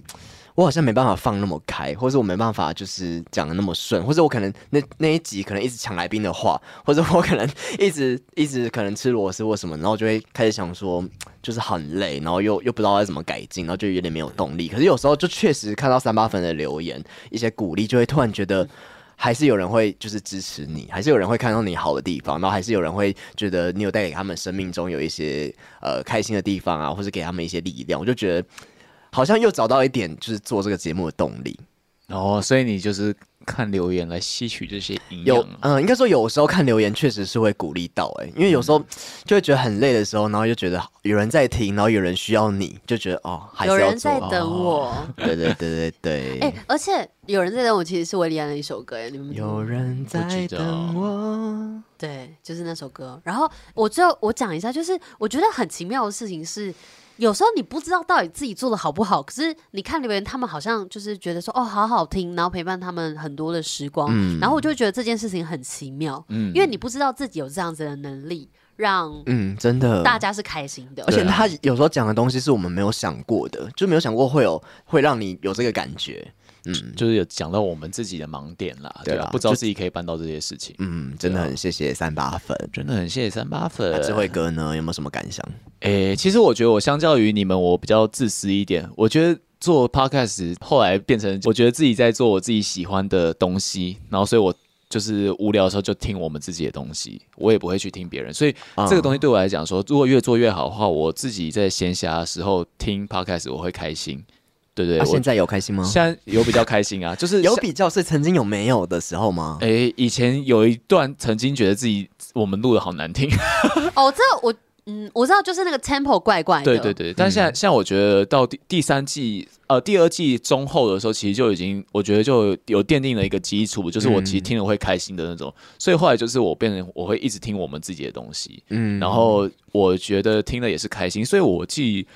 C: 我好像没办法放那么开，或者我没办法就是讲的那么顺，或者我可能那那一集可能一直抢来宾的话，或者我可能一直一直可能吃螺丝或什么，然后就会开始想说，就是很累，然后又又不知道要怎么改进，然后就有点没有动力。可是有时候就确实看到三八粉的留言，一些鼓励，就会突然觉得。还是有人会就是支持你，还是有人会看到你好的地方，然后还是有人会觉得你有带给他们生命中有一些呃开心的地方啊，或是给他们一些力量。我就觉得好像又找到一点就是做这个节目的动力。
D: 哦，所以你就是看留言来吸取这些营养
C: 有
D: 啊。
C: 嗯、应该说有时候看留言确实是会鼓励到哎、因为有
D: 嗯
C: 时候就会觉得很累的时候，然后就觉得有人在听，然后有人需要你，就觉得哦还是
A: 有
C: 要做。哦
A: 人在等我，
C: 对对对对
A: 哎、
C: 对。
A: 而且有人在等我，其实是维利安的一首歌，哎，你们
C: 有人在等
D: 啊
C: 我，
A: 对，就是那首歌。然后我最后我讲一下，就是我觉得很奇妙的事情是，有时候你不知道到底自己做的好不好，可是你看留言，他们好像就是觉得说哦，好好听，然后陪伴他们很多的时光，
C: 嗯
A: 然后我就会觉得这件事情很奇妙，
D: 嗯
A: 因为你不知道自己有这样子的能力，让
C: 嗯，真的。
A: 大家是开心的。
C: 而
D: 啊
C: 且他有时候讲的东西是我们没有想过的，就没有想过会有会让你有这个感觉。嗯
D: 就是有讲到我们自己的盲点啦，
C: 对
D: 对啊
C: 啦
D: 吧？不知道
C: 就
D: 自己可以办到这些事情，
C: 嗯，真
D: 啊
C: 的很谢谢三八粉。
D: 真的很谢谢三八
C: 那
D: 粉。
C: 智慧哥呢，有没有什么感想？
D: 诶、其实我觉得我相较于你们，我比较自私一点。我觉得做 podcast 后来变成，我觉得自己在做我自己喜欢的东西，然后所以我就是无聊的时候就听我们自己的东西，我也不会去听别人。所以
C: 嗯
D: 这个东西对我来讲说，如果越做越好的话，我自己在闲暇的时候听 podcast 我会开心，对不对？
C: 啊、
D: 我
C: 现在有开心吗？
D: 现在有比较开心啊，就是
C: 有
D: 像
C: 比较是曾经有没有的时候吗？
D: 诶、以前有一段曾经觉得自己我们录的好难听，
A: 哦，这我嗯，我知道，就是那个 tempo 怪怪的，
D: 对对对，但现在、现在我觉得到第第三季呃第二季中后的时候，其实就已经我觉得就有奠定了一个基础，就是我其实听了会开心的那种，所以后来就是我变成我会一直听我们自己的东西，
C: 嗯
D: 然后我觉得听了也是开心，所以我既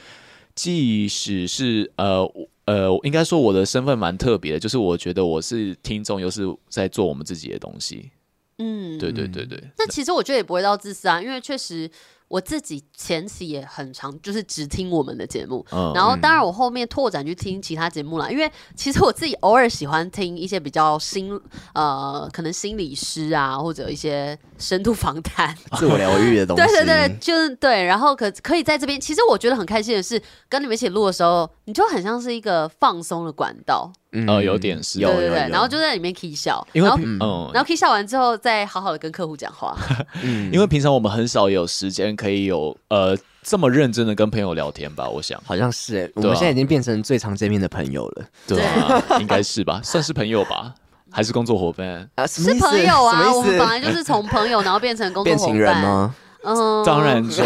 D: 即使是呃我呃，应该说我的身份蛮特别的，就是我觉得我是听众，又是在做我们自己的东西，
A: 嗯，
D: 对对对对，
A: 那其实我觉得也不会到自私啊，因为确实我自己前期也很常就是只听我们的节目，
D: 嗯
A: 然后当然我后面拓展去听其他节目啦，因为其实我自己偶尔喜欢听一些比较心呃，可能心理师啊，或者一些深度访谈。
C: 自我疗愈的东西。
A: 对对对，就是对，然后可可以在这边，其实我觉得很开心的是，跟你们一起录的时候，你就很像是一个放松的管道，
C: 嗯
D: 呃有点是
C: 有
A: 对对
C: 有
A: 对，
C: 有
A: 然后就在里面 k 笑，
D: 因为
A: 然后
D: 平嗯
A: 然后 k 笑完之后，再好好的跟客户讲话，
C: 嗯
D: 因为平常我们很少有时间可以有呃这么认真的跟朋友聊天吧，我想，
C: 好像是、欸，我
D: 对
C: 们
D: 啊
C: 现在已经变成最常见面的朋友了
D: 对啊，应该是吧，算是朋友吧，还是工作伙伴？
C: 啊？什么
A: 是
C: 意思？
A: 朋友
C: 什
A: 啊，我
C: 么
A: 们
C: 意
A: 本
C: 思？
A: 来就是从朋友，然后变成工作
C: 变
A: 伙
C: 情
A: 伴。
C: 人？吗？
A: 嗯，
D: 当。然说，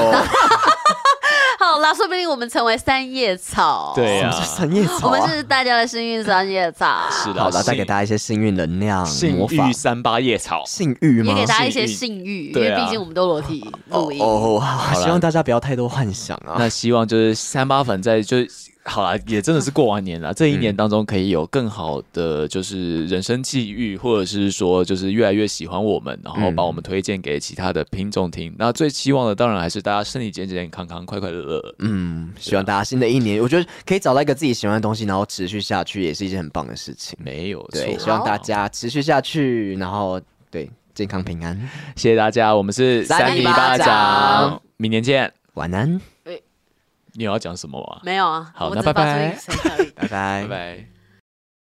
A: 好啦，说不定我们成为三叶草。
D: 对啊
C: 什么，是深夜
A: 我
C: 草
A: 们
C: 啊？
A: 是大家的幸运三叶草，
D: 是的，
C: 好了，带给大家一些幸运能量，
D: 性
C: 魔法
D: 欲三八夜草。
C: 性欲
A: 也
C: 吗
A: 给？大家一些
D: 幸
A: 性欲，因
D: 对
A: 为
D: 啊
A: 毕竟我们都裸体录音。
C: 哦，好
D: 啦
C: 希望大家不要太多幻想啊。
D: 那希望就是三八粉在就好啦，也真的是过完年了，这
C: 嗯
D: 一年当中可以有更好的就是人生际遇，或者是说就是越来越喜欢我们，然
C: 嗯
D: 后把我们推荐给其他的听众听。那最希望的当然还是大家身体健健康康、快快乐乐。
C: 嗯，希望大家新的一年，我觉得可以找到一个自己喜欢的东西，然后持续下去，也是一件很棒的事情。
D: 没有
C: 对，
D: 错
C: 希望大家持续下去，然后对健康平安，
D: 谢谢大家，我们是
C: 三
A: 里
D: 里
A: 巴
D: 巴
A: 掌
D: 掌，明年见。
C: 晚安，
D: 你有要讲什么啊？
A: 没有啊，
D: 好
A: 我
D: 那
A: 只
D: 拜拜
A: 发出一个声音而已
C: 拜拜，
D: 拜。拜。